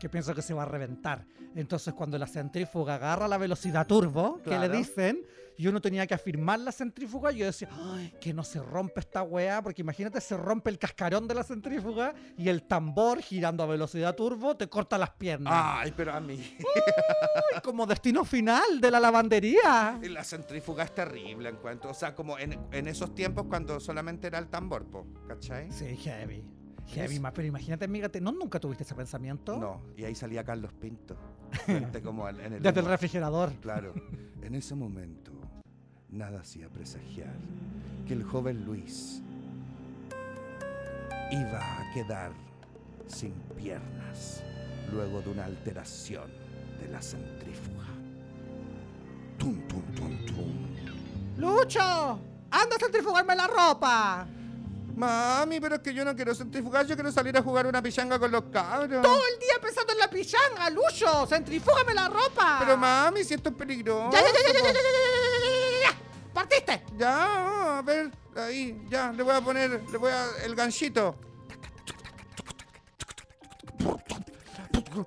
Speaker 2: que pienso que se va a reventar. Entonces, cuando la centrífuga agarra la velocidad turbo, que
Speaker 1: Claro.
Speaker 2: le dicen, y uno tenía que afirmar la centrífuga, yo decía, "Ay, que no se rompe esta weá, porque imagínate, se rompe el cascarón de la centrífuga y el tambor girando a velocidad turbo te corta las piernas.
Speaker 1: Ay, pero a mí.
Speaker 2: Ay, como destino final de la lavandería.
Speaker 1: Y La centrífuga es terrible, encuentro. O sea, como en, en esos tiempos cuando solamente era el tambor, po, ¿cachai?
Speaker 2: Sí, heavy.
Speaker 1: Es-
Speaker 2: Heavy, ma- pero imagínate, amiga, te- ¿no nunca tuviste ese pensamiento?
Speaker 1: No, y ahí salía Carlos Pinto. Frente como en, en el.
Speaker 2: Desde el
Speaker 1: humor.
Speaker 2: refrigerador.
Speaker 1: Claro. En ese momento, nada hacía presagiar que el joven Luis iba a quedar sin piernas luego de una alteración de la centrífuga. Tum, tum, tum, tum.
Speaker 2: ¡Lucho! ¡Anda a centrifugarme la ropa!
Speaker 1: Mami, pero es que yo no quiero centrifugar, yo quiero salir a jugar una pichanga con los cabros.
Speaker 2: ¡Todo el día pensando en la pichanga, Lucho! ¡Centrifúgame la ropa!
Speaker 1: Pero mami, si esto es peligroso.
Speaker 2: ¡Ya, ya, ya, ya, ya, ya, ya, ya, ya, ya, ya, ya! ¡Partiste!
Speaker 1: Ya, ah, a ver, ahí, ya, le voy a poner, le voy a el ganchito.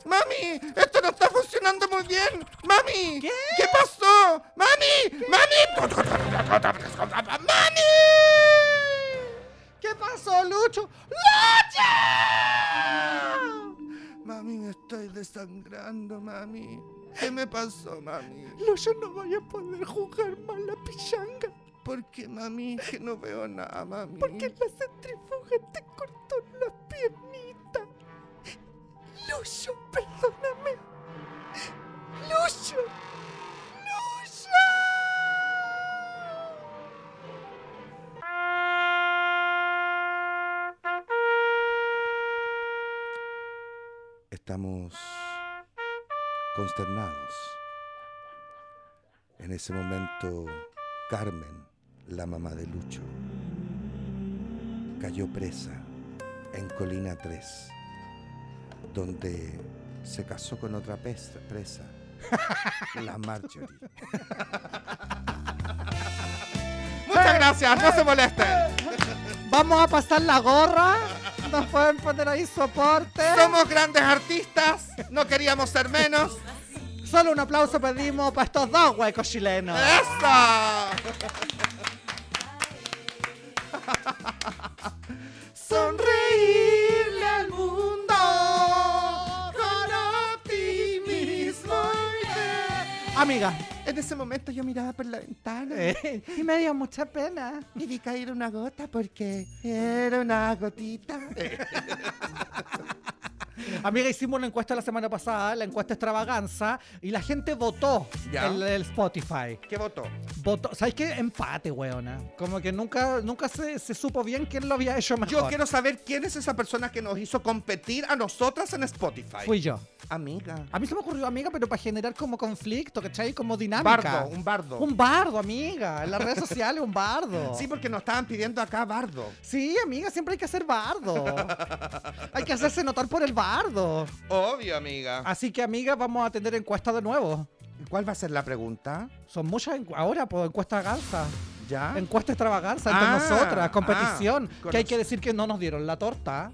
Speaker 1: ¡Mami! ¡Esto no está funcionando muy bien! ¡Mami!
Speaker 2: ¿Qué?
Speaker 1: pasó? ¡Mami! ¡Mami! ¡Mami!
Speaker 2: ¿Qué pasó, Lucho? ¡Lucho!
Speaker 1: Mami, me estoy desangrando, mami. ¿Qué me pasó, mami?
Speaker 2: Lucho, no vaya a poder jugar más la pichanga
Speaker 1: ¿Por qué, mami? Que no veo nada, mami.
Speaker 2: porque la centrifuga te cortó las piernitas. Lucho, perdóname. Lucho. Lucho.
Speaker 1: Estamos consternados. En ese momento, Carmen, la mamá de Lucho, cayó presa en Colina 3, donde se casó con otra pes- presa La Marjorie. Muchas gracias, no se molesten.
Speaker 2: Vamos a pasar la gorra. Nos pueden poner ahí soporte.
Speaker 1: Somos grandes artistas, no queríamos ser menos.
Speaker 2: Solo un aplauso pedimos para estos dos huecos chilenos.
Speaker 1: ¡Eso! Sonreírle al mundo con optimismo. y fe.
Speaker 2: Amiga,
Speaker 1: En ese momento yo miraba por la ventana
Speaker 2: eh, y me dio mucha pena.
Speaker 1: y vi caer una gota porque era una gotita.
Speaker 2: Amiga, hicimos una encuesta la semana pasada, la encuesta extravaganza, y la gente votó
Speaker 1: Ya.
Speaker 2: el, el Spotify.
Speaker 1: ¿Qué votó?
Speaker 2: Votó, ¿Sabes qué? Empate, weona. Como que nunca, nunca se, se supo bien quién lo había hecho mejor.
Speaker 1: Yo quiero saber quién es esa persona que nos hizo competir a nosotras en Spotify.
Speaker 2: Fui yo.
Speaker 1: Amiga.
Speaker 2: A mí se me ocurrió, amiga, pero para generar como conflicto, ¿cachai? Como dinámica.
Speaker 1: Bardo, un bardo.
Speaker 2: Un bardo, amiga. En las redes sociales, un bardo.
Speaker 1: Sí, porque nos estaban pidiendo acá bardo.
Speaker 2: Sí, amiga, siempre hay que hacer bardo. hay que hacerse notar por el bardo.
Speaker 1: Obvio, amiga.
Speaker 2: Así que, amiga, vamos a tener encuesta de nuevo.
Speaker 1: Ah, ¿Cuál va a ser la pregunta?
Speaker 2: Son muchas encu- ahora, por encuesta ganza.
Speaker 1: ¿Ya?
Speaker 2: Encuesta extravaganza entre
Speaker 1: Ah,
Speaker 2: nosotras, competición.
Speaker 1: ah, con
Speaker 2: que hay
Speaker 1: razón.
Speaker 2: que decir que no nos dieron la torta.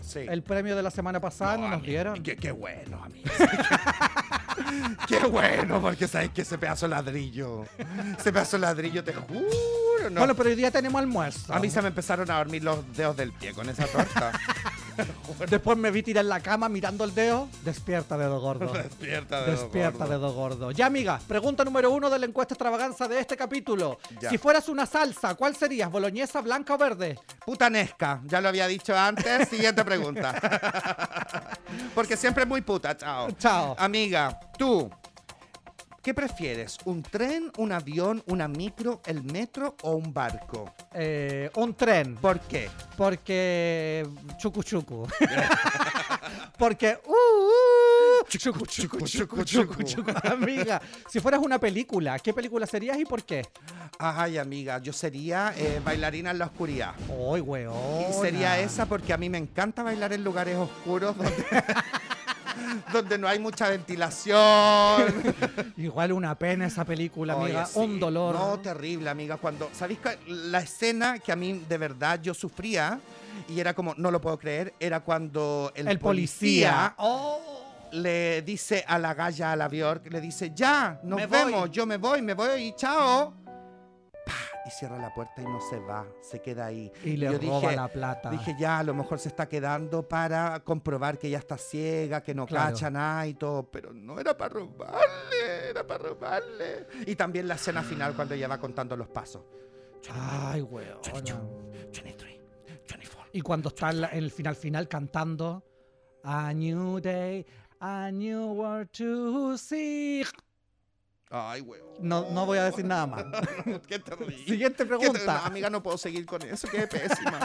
Speaker 1: Sí.
Speaker 2: El premio de la semana pasada no, nos
Speaker 1: amigo,
Speaker 2: dieron.
Speaker 1: Qué, qué bueno, amigo. qué bueno, porque sabes que ese pedazo de ladrillo. Ese pedazo de ladrillo, te juro. No.
Speaker 2: Bueno, pero hoy día tenemos almuerzo.
Speaker 1: a mí se me empezaron a dormir los dedos del pie con esa torta.
Speaker 2: Después me vi tirar en la cama mirando el dedo. Despierta, dedo gordo.
Speaker 1: Despierta, dedo
Speaker 2: Despierta,
Speaker 1: gordo.
Speaker 2: dedo gordo. Ya, amiga, pregunta número uno de la encuesta extravaganza de este capítulo.
Speaker 1: Ya.
Speaker 2: Si fueras una salsa, ¿cuál serías? ¿Boloñesa, blanca o verde?
Speaker 1: Putanesca, ya lo había dicho antes. Siguiente pregunta. Porque siempre es muy puta, chao.
Speaker 2: Chao.
Speaker 1: Ah. Amiga, tú, ¿qué prefieres? ¿Un tren, un avión, una micro, el metro o un barco?
Speaker 2: Eh, un tren,
Speaker 1: ¿Por qué?
Speaker 2: porque. Chucu chucu. porque. Uh, uh, chucu, chucu, chucu, chucu, chucu. Amiga, si fueras una película, ¿qué película serías y por qué?
Speaker 1: Ay, amiga, yo sería eh, bailarina en la oscuridad.
Speaker 2: ¡Ay, weón!
Speaker 1: Y sería esa porque a mí me encanta bailar en lugares oscuros donde, donde no hay mucha ventilación.
Speaker 2: Igual una pena esa película,
Speaker 1: Oye,
Speaker 2: amiga.
Speaker 1: sí.
Speaker 2: Un dolor.
Speaker 1: No, terrible, amiga. Cuando, ¿sabéis cuál? la escena que a mí de verdad yo sufría? Y era como, no lo puedo creer, era cuando el,
Speaker 2: el, policía. ¡Oh!
Speaker 1: le dice a la galla, a la Bjork, le dice, ya, nos
Speaker 2: Me voy.
Speaker 1: vemos, yo me voy, me voy y chao. Pa, y cierra la puerta y no se va, se queda ahí.
Speaker 2: Y le
Speaker 1: Yo
Speaker 2: roba
Speaker 1: dije,
Speaker 2: la plata.
Speaker 1: Dije, ya, a lo mejor se está quedando para comprobar que ya está ciega, que no
Speaker 2: Claro.
Speaker 1: cacha nada y todo. Pero no era para robarle, era para robarle. Y también la escena final cuando ella va contando los pasos.
Speaker 2: Ay, weón.
Speaker 1: 23, 24.
Speaker 2: Y cuando está en la- en el final final cantando A New Day, A New World to See.
Speaker 1: Ay, huevo.
Speaker 2: No, no voy a decir nada más.
Speaker 1: Qué terrible. Qué
Speaker 2: Siguiente
Speaker 1: te-
Speaker 2: pregunta.
Speaker 1: no, amiga, no puedo seguir con eso, qué pésima.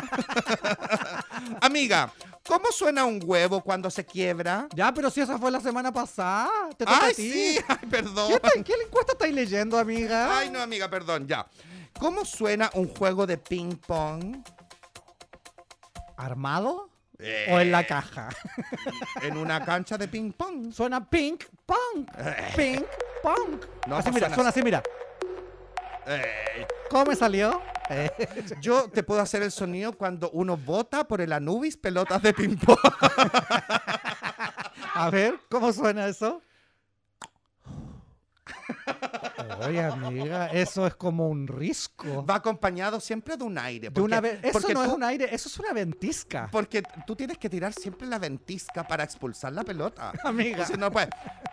Speaker 1: amiga, ¿cómo suena un huevo cuando se quiebra?
Speaker 2: Ya, pero si esa fue la semana pasada. Te toca a
Speaker 1: Ay,
Speaker 2: ti.
Speaker 1: sí, ay, perdón.
Speaker 2: ¿Qué, te- qué encuesta estáis leyendo, amiga?
Speaker 1: Ay, no, amiga, perdón, ya. ¿Cómo suena un juego de ping pong?
Speaker 2: ¿Armado? ¿O
Speaker 1: Eh.
Speaker 2: en la caja?
Speaker 1: En una cancha de ping pong.
Speaker 2: Suena pink punk. Pink punk.
Speaker 1: Eh. No,
Speaker 2: así
Speaker 1: no
Speaker 2: mira,
Speaker 1: suena
Speaker 2: suena así, mira.
Speaker 1: Eh,
Speaker 2: ¿Cómo me salió? Eh,
Speaker 1: Yo te puedo hacer el sonido cuando uno bota por el Anubis pelotas de ping pong.
Speaker 2: a ver, ¿cómo suena eso? Oye, amiga, eso es como un risco.
Speaker 1: Va acompañado siempre de un aire.
Speaker 2: De una ve- eso
Speaker 1: porque
Speaker 2: no es
Speaker 1: tú-
Speaker 2: un aire, eso es una ventisca.
Speaker 1: Porque tú tienes que tirar siempre la ventisca para expulsar la pelota.
Speaker 2: Amiga.
Speaker 1: Si no, pues.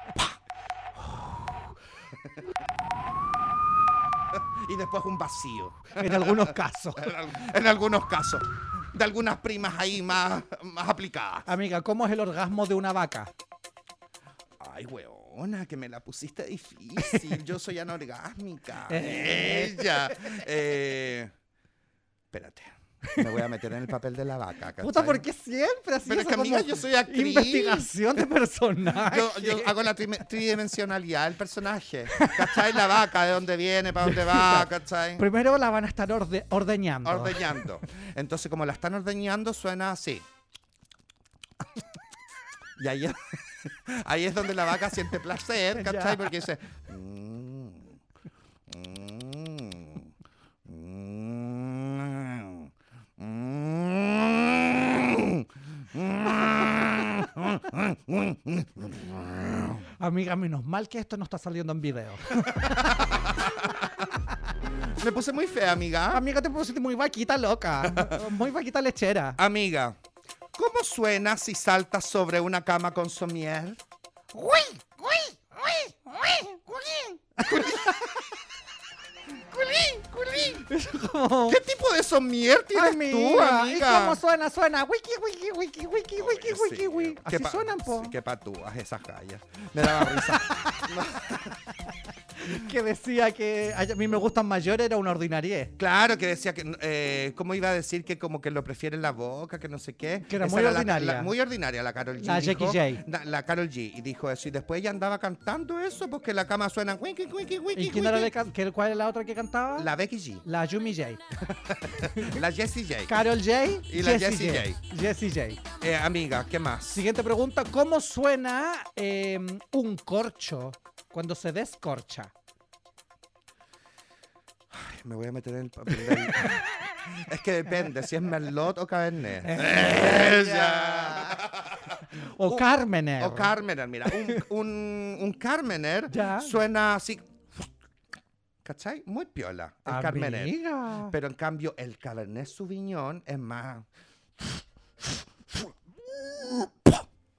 Speaker 1: y después un vacío.
Speaker 2: En algunos casos.
Speaker 1: En, al- en algunos casos. De algunas primas ahí más, más aplicadas.
Speaker 2: Amiga, ¿cómo es el orgasmo de una vaca?
Speaker 1: Ay, weona, que me la pusiste difícil. Yo soy anorgásmica. Ella. Eh, espérate. Me voy a meter en el papel de la vaca.
Speaker 2: Puta,
Speaker 1: ¿cachai?
Speaker 2: ¿por qué siempre así?
Speaker 1: Pero es que,
Speaker 2: eso
Speaker 1: amiga,
Speaker 2: como
Speaker 1: yo soy actriz.
Speaker 2: Investigación de personaje.
Speaker 1: Yo, yo hago la tri- tridimensionalidad del personaje. ¿Cachai? La vaca, de dónde viene, para dónde va, ¿cachai?
Speaker 2: Primero la van a estar orde- ordeñando.
Speaker 1: Ordeñando. Entonces, como la están ordeñando, suena así. Y ahí, Ahí es donde la vaca siente placer,
Speaker 2: Ya.
Speaker 1: ¿cachai? Porque dice. "Mm, mm, mm, mm, mm".
Speaker 2: Amiga, menos mal que esto no está saliendo en video.
Speaker 1: Me puse muy fea, amiga.
Speaker 2: Amiga, te pusiste muy vaquita loca. Muy vaquita
Speaker 1: Ah,
Speaker 2: lechera.
Speaker 1: Amiga, ¿cómo suena si saltas sobre una cama con somier?
Speaker 3: Uy, uy, uy, uy, culín. Culín, culín.
Speaker 2: Como-
Speaker 1: ¿Qué tipo de somier tienes tú,
Speaker 2: ¿Y
Speaker 1: amiga?
Speaker 2: cómo suena? Suena. Wiki, wiki, wiki, wiki, wiki,
Speaker 1: Oye,
Speaker 2: wiki,
Speaker 1: sí,
Speaker 2: wiki.
Speaker 1: qué
Speaker 2: Así
Speaker 1: pa-
Speaker 2: suenan, po.
Speaker 1: sí, Qué patúas esas gallas. Me daba risa.
Speaker 2: Que decía que a mí me gustan mayores era una ordinariedad.
Speaker 1: Claro, que decía que, eh, ¿cómo iba a decir que como que lo prefiere en la boca, que no sé qué?
Speaker 2: Que era
Speaker 1: Esa
Speaker 2: muy
Speaker 1: la-
Speaker 2: ordinaria.
Speaker 1: la- muy ordinaria la Carol G.
Speaker 2: La
Speaker 1: dijo.
Speaker 2: Jackie J.
Speaker 1: Na- La, Carol G. Y dijo eso. Y después ella andaba cantando eso porque la cama suena. wiki, wiki, wiki,
Speaker 2: ¿Y quién era
Speaker 1: wiki.
Speaker 2: la can- que- cuál era la otra que cantaba?
Speaker 1: La Becky G.
Speaker 2: La Yumi J.
Speaker 1: La Jessie J.
Speaker 2: Carol J.
Speaker 1: Y la Jessie
Speaker 2: J. Jessie J.
Speaker 1: Eh, amiga, ¿qué más?
Speaker 2: Siguiente pregunta. ¿Cómo suena eh, un corcho cuando se descorcha?
Speaker 1: Me voy a meter en el papel del- Es que depende si es Merlot o Cabernet. Ella.
Speaker 2: O
Speaker 1: Uh,
Speaker 2: Carmen.
Speaker 1: O Carmener, mira. Un, un, un Carmener
Speaker 2: Ya.
Speaker 1: suena así. ¿Cachai? Muy piola. El
Speaker 2: Ah,
Speaker 1: Carmener.
Speaker 2: Amiga.
Speaker 1: Pero en cambio, el Cabernet Sauvignon es más.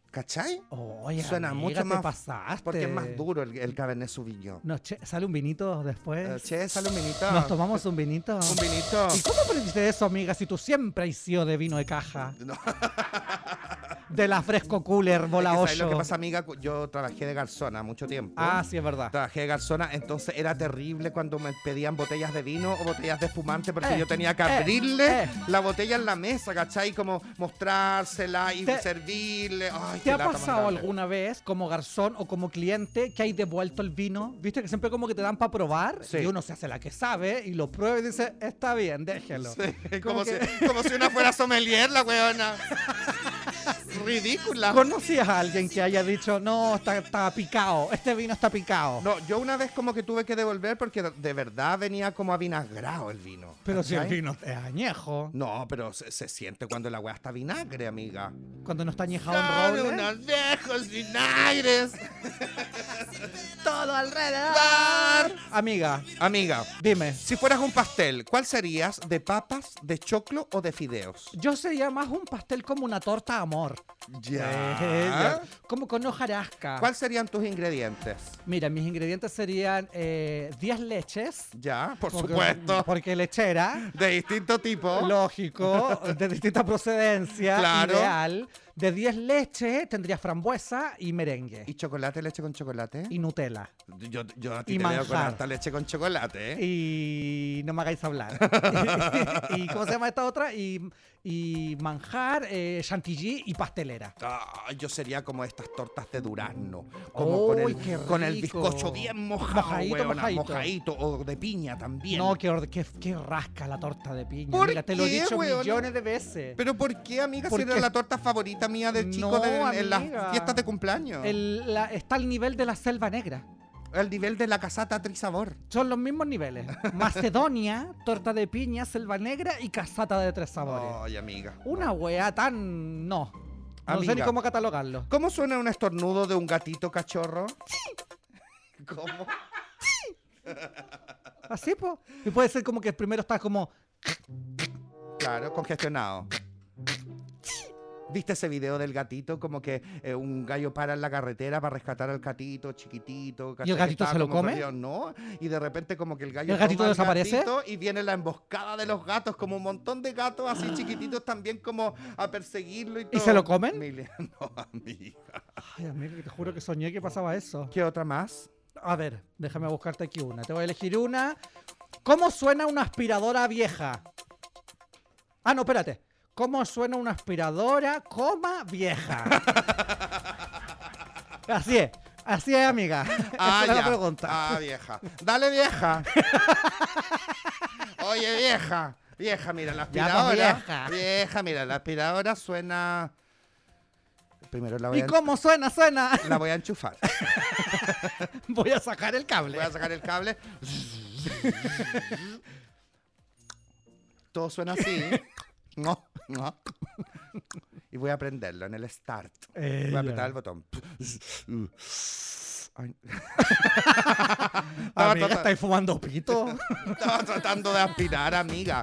Speaker 1: ¿Cachai?
Speaker 2: Oye,
Speaker 1: Suena
Speaker 2: amiga,
Speaker 1: mucho
Speaker 2: te
Speaker 1: más-
Speaker 2: pasaste.
Speaker 1: Porque es más duro el, el Cabernet Sauvignon.
Speaker 2: No, che, sale un vinito
Speaker 1: Eh,
Speaker 2: después.
Speaker 1: che, sale un vinito.
Speaker 2: Nos tomamos un vinito.
Speaker 1: Un vinito.
Speaker 2: ¿Y cómo aprendiste eso, amiga, si tú siempre has sido de vino de caja?
Speaker 1: No.
Speaker 2: De la fresco cooler,
Speaker 1: Es
Speaker 2: bola
Speaker 1: que, ¿sabes lo que
Speaker 2: hoyo.
Speaker 1: pasa, amiga? Cu- Yo trabajé de garzona mucho tiempo.
Speaker 2: Ah, sí, es verdad.
Speaker 1: Trabajé de garzona, entonces era terrible cuando me pedían botellas de vino o botellas de espumante porque
Speaker 2: Eh,
Speaker 1: yo tenía que
Speaker 2: eh,
Speaker 1: abrirle
Speaker 2: eh.
Speaker 1: la botella en la mesa, ¿cachai? Como mostrársela y
Speaker 2: Te-
Speaker 1: servirle. Ay,
Speaker 2: ¿Te
Speaker 1: qué
Speaker 2: ha
Speaker 1: lata más
Speaker 2: pasado
Speaker 1: grande.
Speaker 2: alguna vez como garzón o como cliente que hay devuelto el vino? Viste que siempre como que te dan para probar
Speaker 1: Sí.
Speaker 2: y uno se hace la que sabe y lo prueba y dice, está bien, déjelo.
Speaker 1: Sí,
Speaker 2: Como
Speaker 1: como,
Speaker 2: que-
Speaker 1: si, como si una fuera sommelier, la weona. Ridícula.
Speaker 2: ¿Conocías a alguien que haya dicho, no, está, está picado, este vino está picado?
Speaker 1: No, yo una vez como que tuve que devolver porque de verdad venía como avinagrado el vino.
Speaker 2: Pero si el
Speaker 1: ¿cachai?
Speaker 2: vino es añejo,
Speaker 1: No, pero se, se siente cuando la weá está vinagre, amiga.
Speaker 2: cuando no está añejado en
Speaker 1: Sabe
Speaker 2: roble.
Speaker 1: unos viejos vinagres.
Speaker 2: Todo alrededor.
Speaker 1: Bar.
Speaker 2: Amiga,
Speaker 1: Amiga,
Speaker 2: dime.
Speaker 1: si fueras un pastel, ¿cuál serías? ¿De papas, de choclo o de fideos?
Speaker 2: Yo sería más un pastel como una torta amor. Eh, ya. Como con hojarasca.
Speaker 1: ¿Cuál serían tus ingredientes?
Speaker 2: Mira, mis ingredientes serían eh, 10 leches.
Speaker 1: Ya, por
Speaker 2: porque-
Speaker 1: supuesto.
Speaker 2: Porque lechera.
Speaker 1: De distinto tipo.
Speaker 2: Lógico, de distinta procedencia,
Speaker 1: Claro.
Speaker 2: ideal. De 10 leches tendría frambuesa y merengue.
Speaker 1: ¿Y chocolate, leche con chocolate?
Speaker 2: Y Nutella.
Speaker 1: yo, yo a ti
Speaker 2: y
Speaker 1: te veo con
Speaker 2: manjar.
Speaker 1: harta leche con chocolate, ¿eh?
Speaker 2: Y no me hagáis hablar. y, cómo se llama esta otra? Y, y manjar, eh, chantilly y pastelera.
Speaker 1: Ah, yo sería como estas tortas de durazno, como con,
Speaker 2: ¡Uy,
Speaker 1: el,
Speaker 2: qué
Speaker 1: con el
Speaker 2: rico!
Speaker 1: bizcocho bien mojado,
Speaker 2: Mojadito,
Speaker 1: huevona,
Speaker 2: mojadito.
Speaker 1: mojadito, o de piña también.
Speaker 2: No, qué, or- qué, qué rasca la torta de piña.
Speaker 1: ¿Por
Speaker 2: Mira, te lo he
Speaker 1: qué,
Speaker 2: dicho
Speaker 1: weón?
Speaker 2: millones de veces.
Speaker 1: ¿Pero por qué, amiga?
Speaker 2: ¿Por
Speaker 1: si era
Speaker 2: qué?
Speaker 1: la torta favorita mía del chico
Speaker 2: No,
Speaker 1: de- en, en
Speaker 2: amiga.
Speaker 1: las fiestas de cumpleaños. El,
Speaker 2: El- la- está al nivel de la selva negra.
Speaker 1: nivel de la casata trisabor.
Speaker 2: Son los mismos niveles. Macedonia, torta de piña, selva negra y casata de tres sabores.
Speaker 1: Ay, amiga.
Speaker 2: Una weá tan... No. No sé ni
Speaker 1: Amiga.
Speaker 2: cómo catalogarlo.
Speaker 1: ¿Cómo suena un estornudo de un gatito cachorro? ¿Cómo?
Speaker 2: Así, pues. Y puede ser como que primero estás como...
Speaker 1: Claro, congestionado. ¿Viste ese video del gatito? Como que eh, un gallo para en la carretera para rescatar al gatito chiquitito. ¿cachai? Que
Speaker 2: gatito
Speaker 1: estaba
Speaker 2: se lo
Speaker 1: como
Speaker 2: come?
Speaker 1: perdido, No, y de repente como que el gallo...
Speaker 2: ¿El gatito
Speaker 1: toma al
Speaker 2: desaparece?
Speaker 1: gatito y viene la emboscada de los gatos, como un montón de gatos así chiquititos también como a perseguirlo y todo.
Speaker 2: se lo comen?
Speaker 1: Mili- No, amiga.
Speaker 2: Ay, amigo, que te juro que soñé que pasaba eso.
Speaker 1: ¿Qué otra más?
Speaker 2: A ver, déjame buscarte aquí una. Te voy a elegir una. ¿Cómo suena una aspiradora vieja? Ah, no, espérate. ¿Cómo suena una aspiradora, coma, vieja? Así es. Así es, amiga. Esa era la
Speaker 1: Ah, ya.
Speaker 2: pregunta.
Speaker 1: Ah, vieja. Dale, vieja. Oye, vieja. Vieja, mira, la
Speaker 2: Ya, pues,
Speaker 1: aspiradora.
Speaker 2: vieja.
Speaker 1: vieja. mira, la aspiradora suena. Primero la voy,
Speaker 2: ¿Y
Speaker 1: a,
Speaker 2: cómo suena? Suena.
Speaker 1: la voy a enchufar.
Speaker 2: Voy a sacar el cable.
Speaker 1: Voy a sacar el cable. Todo suena así. No, no. Y voy a prenderlo en el start.
Speaker 2: Eh,
Speaker 1: Voy a apretar el botón. Ay, estaba
Speaker 2: Amiga,
Speaker 1: tratando-
Speaker 2: ¿estáis fumando pito?
Speaker 1: Estaba tratando de aspirar, amiga.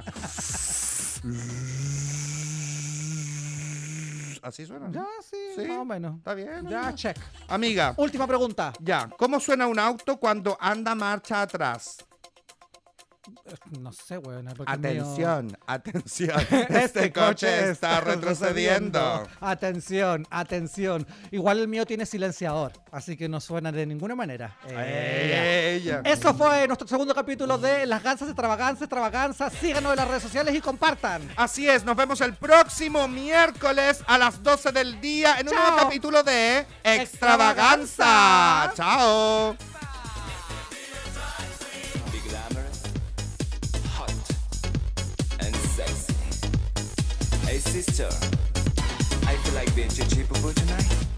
Speaker 1: Así suena. ¿no?
Speaker 2: ya, sí,
Speaker 1: Sí.
Speaker 2: más o menos.
Speaker 1: Está bien.
Speaker 2: Ya,
Speaker 1: amiga.
Speaker 2: check.
Speaker 1: Amiga,
Speaker 2: Última pregunta.
Speaker 1: ya. ¿Cómo suena un auto cuando anda marcha atrás?
Speaker 2: No sé, weón. porque el mío-
Speaker 1: Atención, atención. Este coche está retrocediendo.
Speaker 2: Atención, atención. Igual el mío tiene silenciador, así que no suena de ninguna manera. Eh,
Speaker 1: Ella.
Speaker 2: Eso fue nuestro segundo capítulo de Las Gansas Extravaganzas, Extravaganzas. Síganos en las redes sociales y compartan.
Speaker 1: Así es, nos vemos el próximo miércoles a las 12 del día en un nuevo
Speaker 2: Chao.
Speaker 1: capítulo de
Speaker 2: Extravaganza.
Speaker 1: Extravaganza. Chao.
Speaker 4: be glamorous, hot, and sexy. Hey sister, I feel like being chichipupu tonight.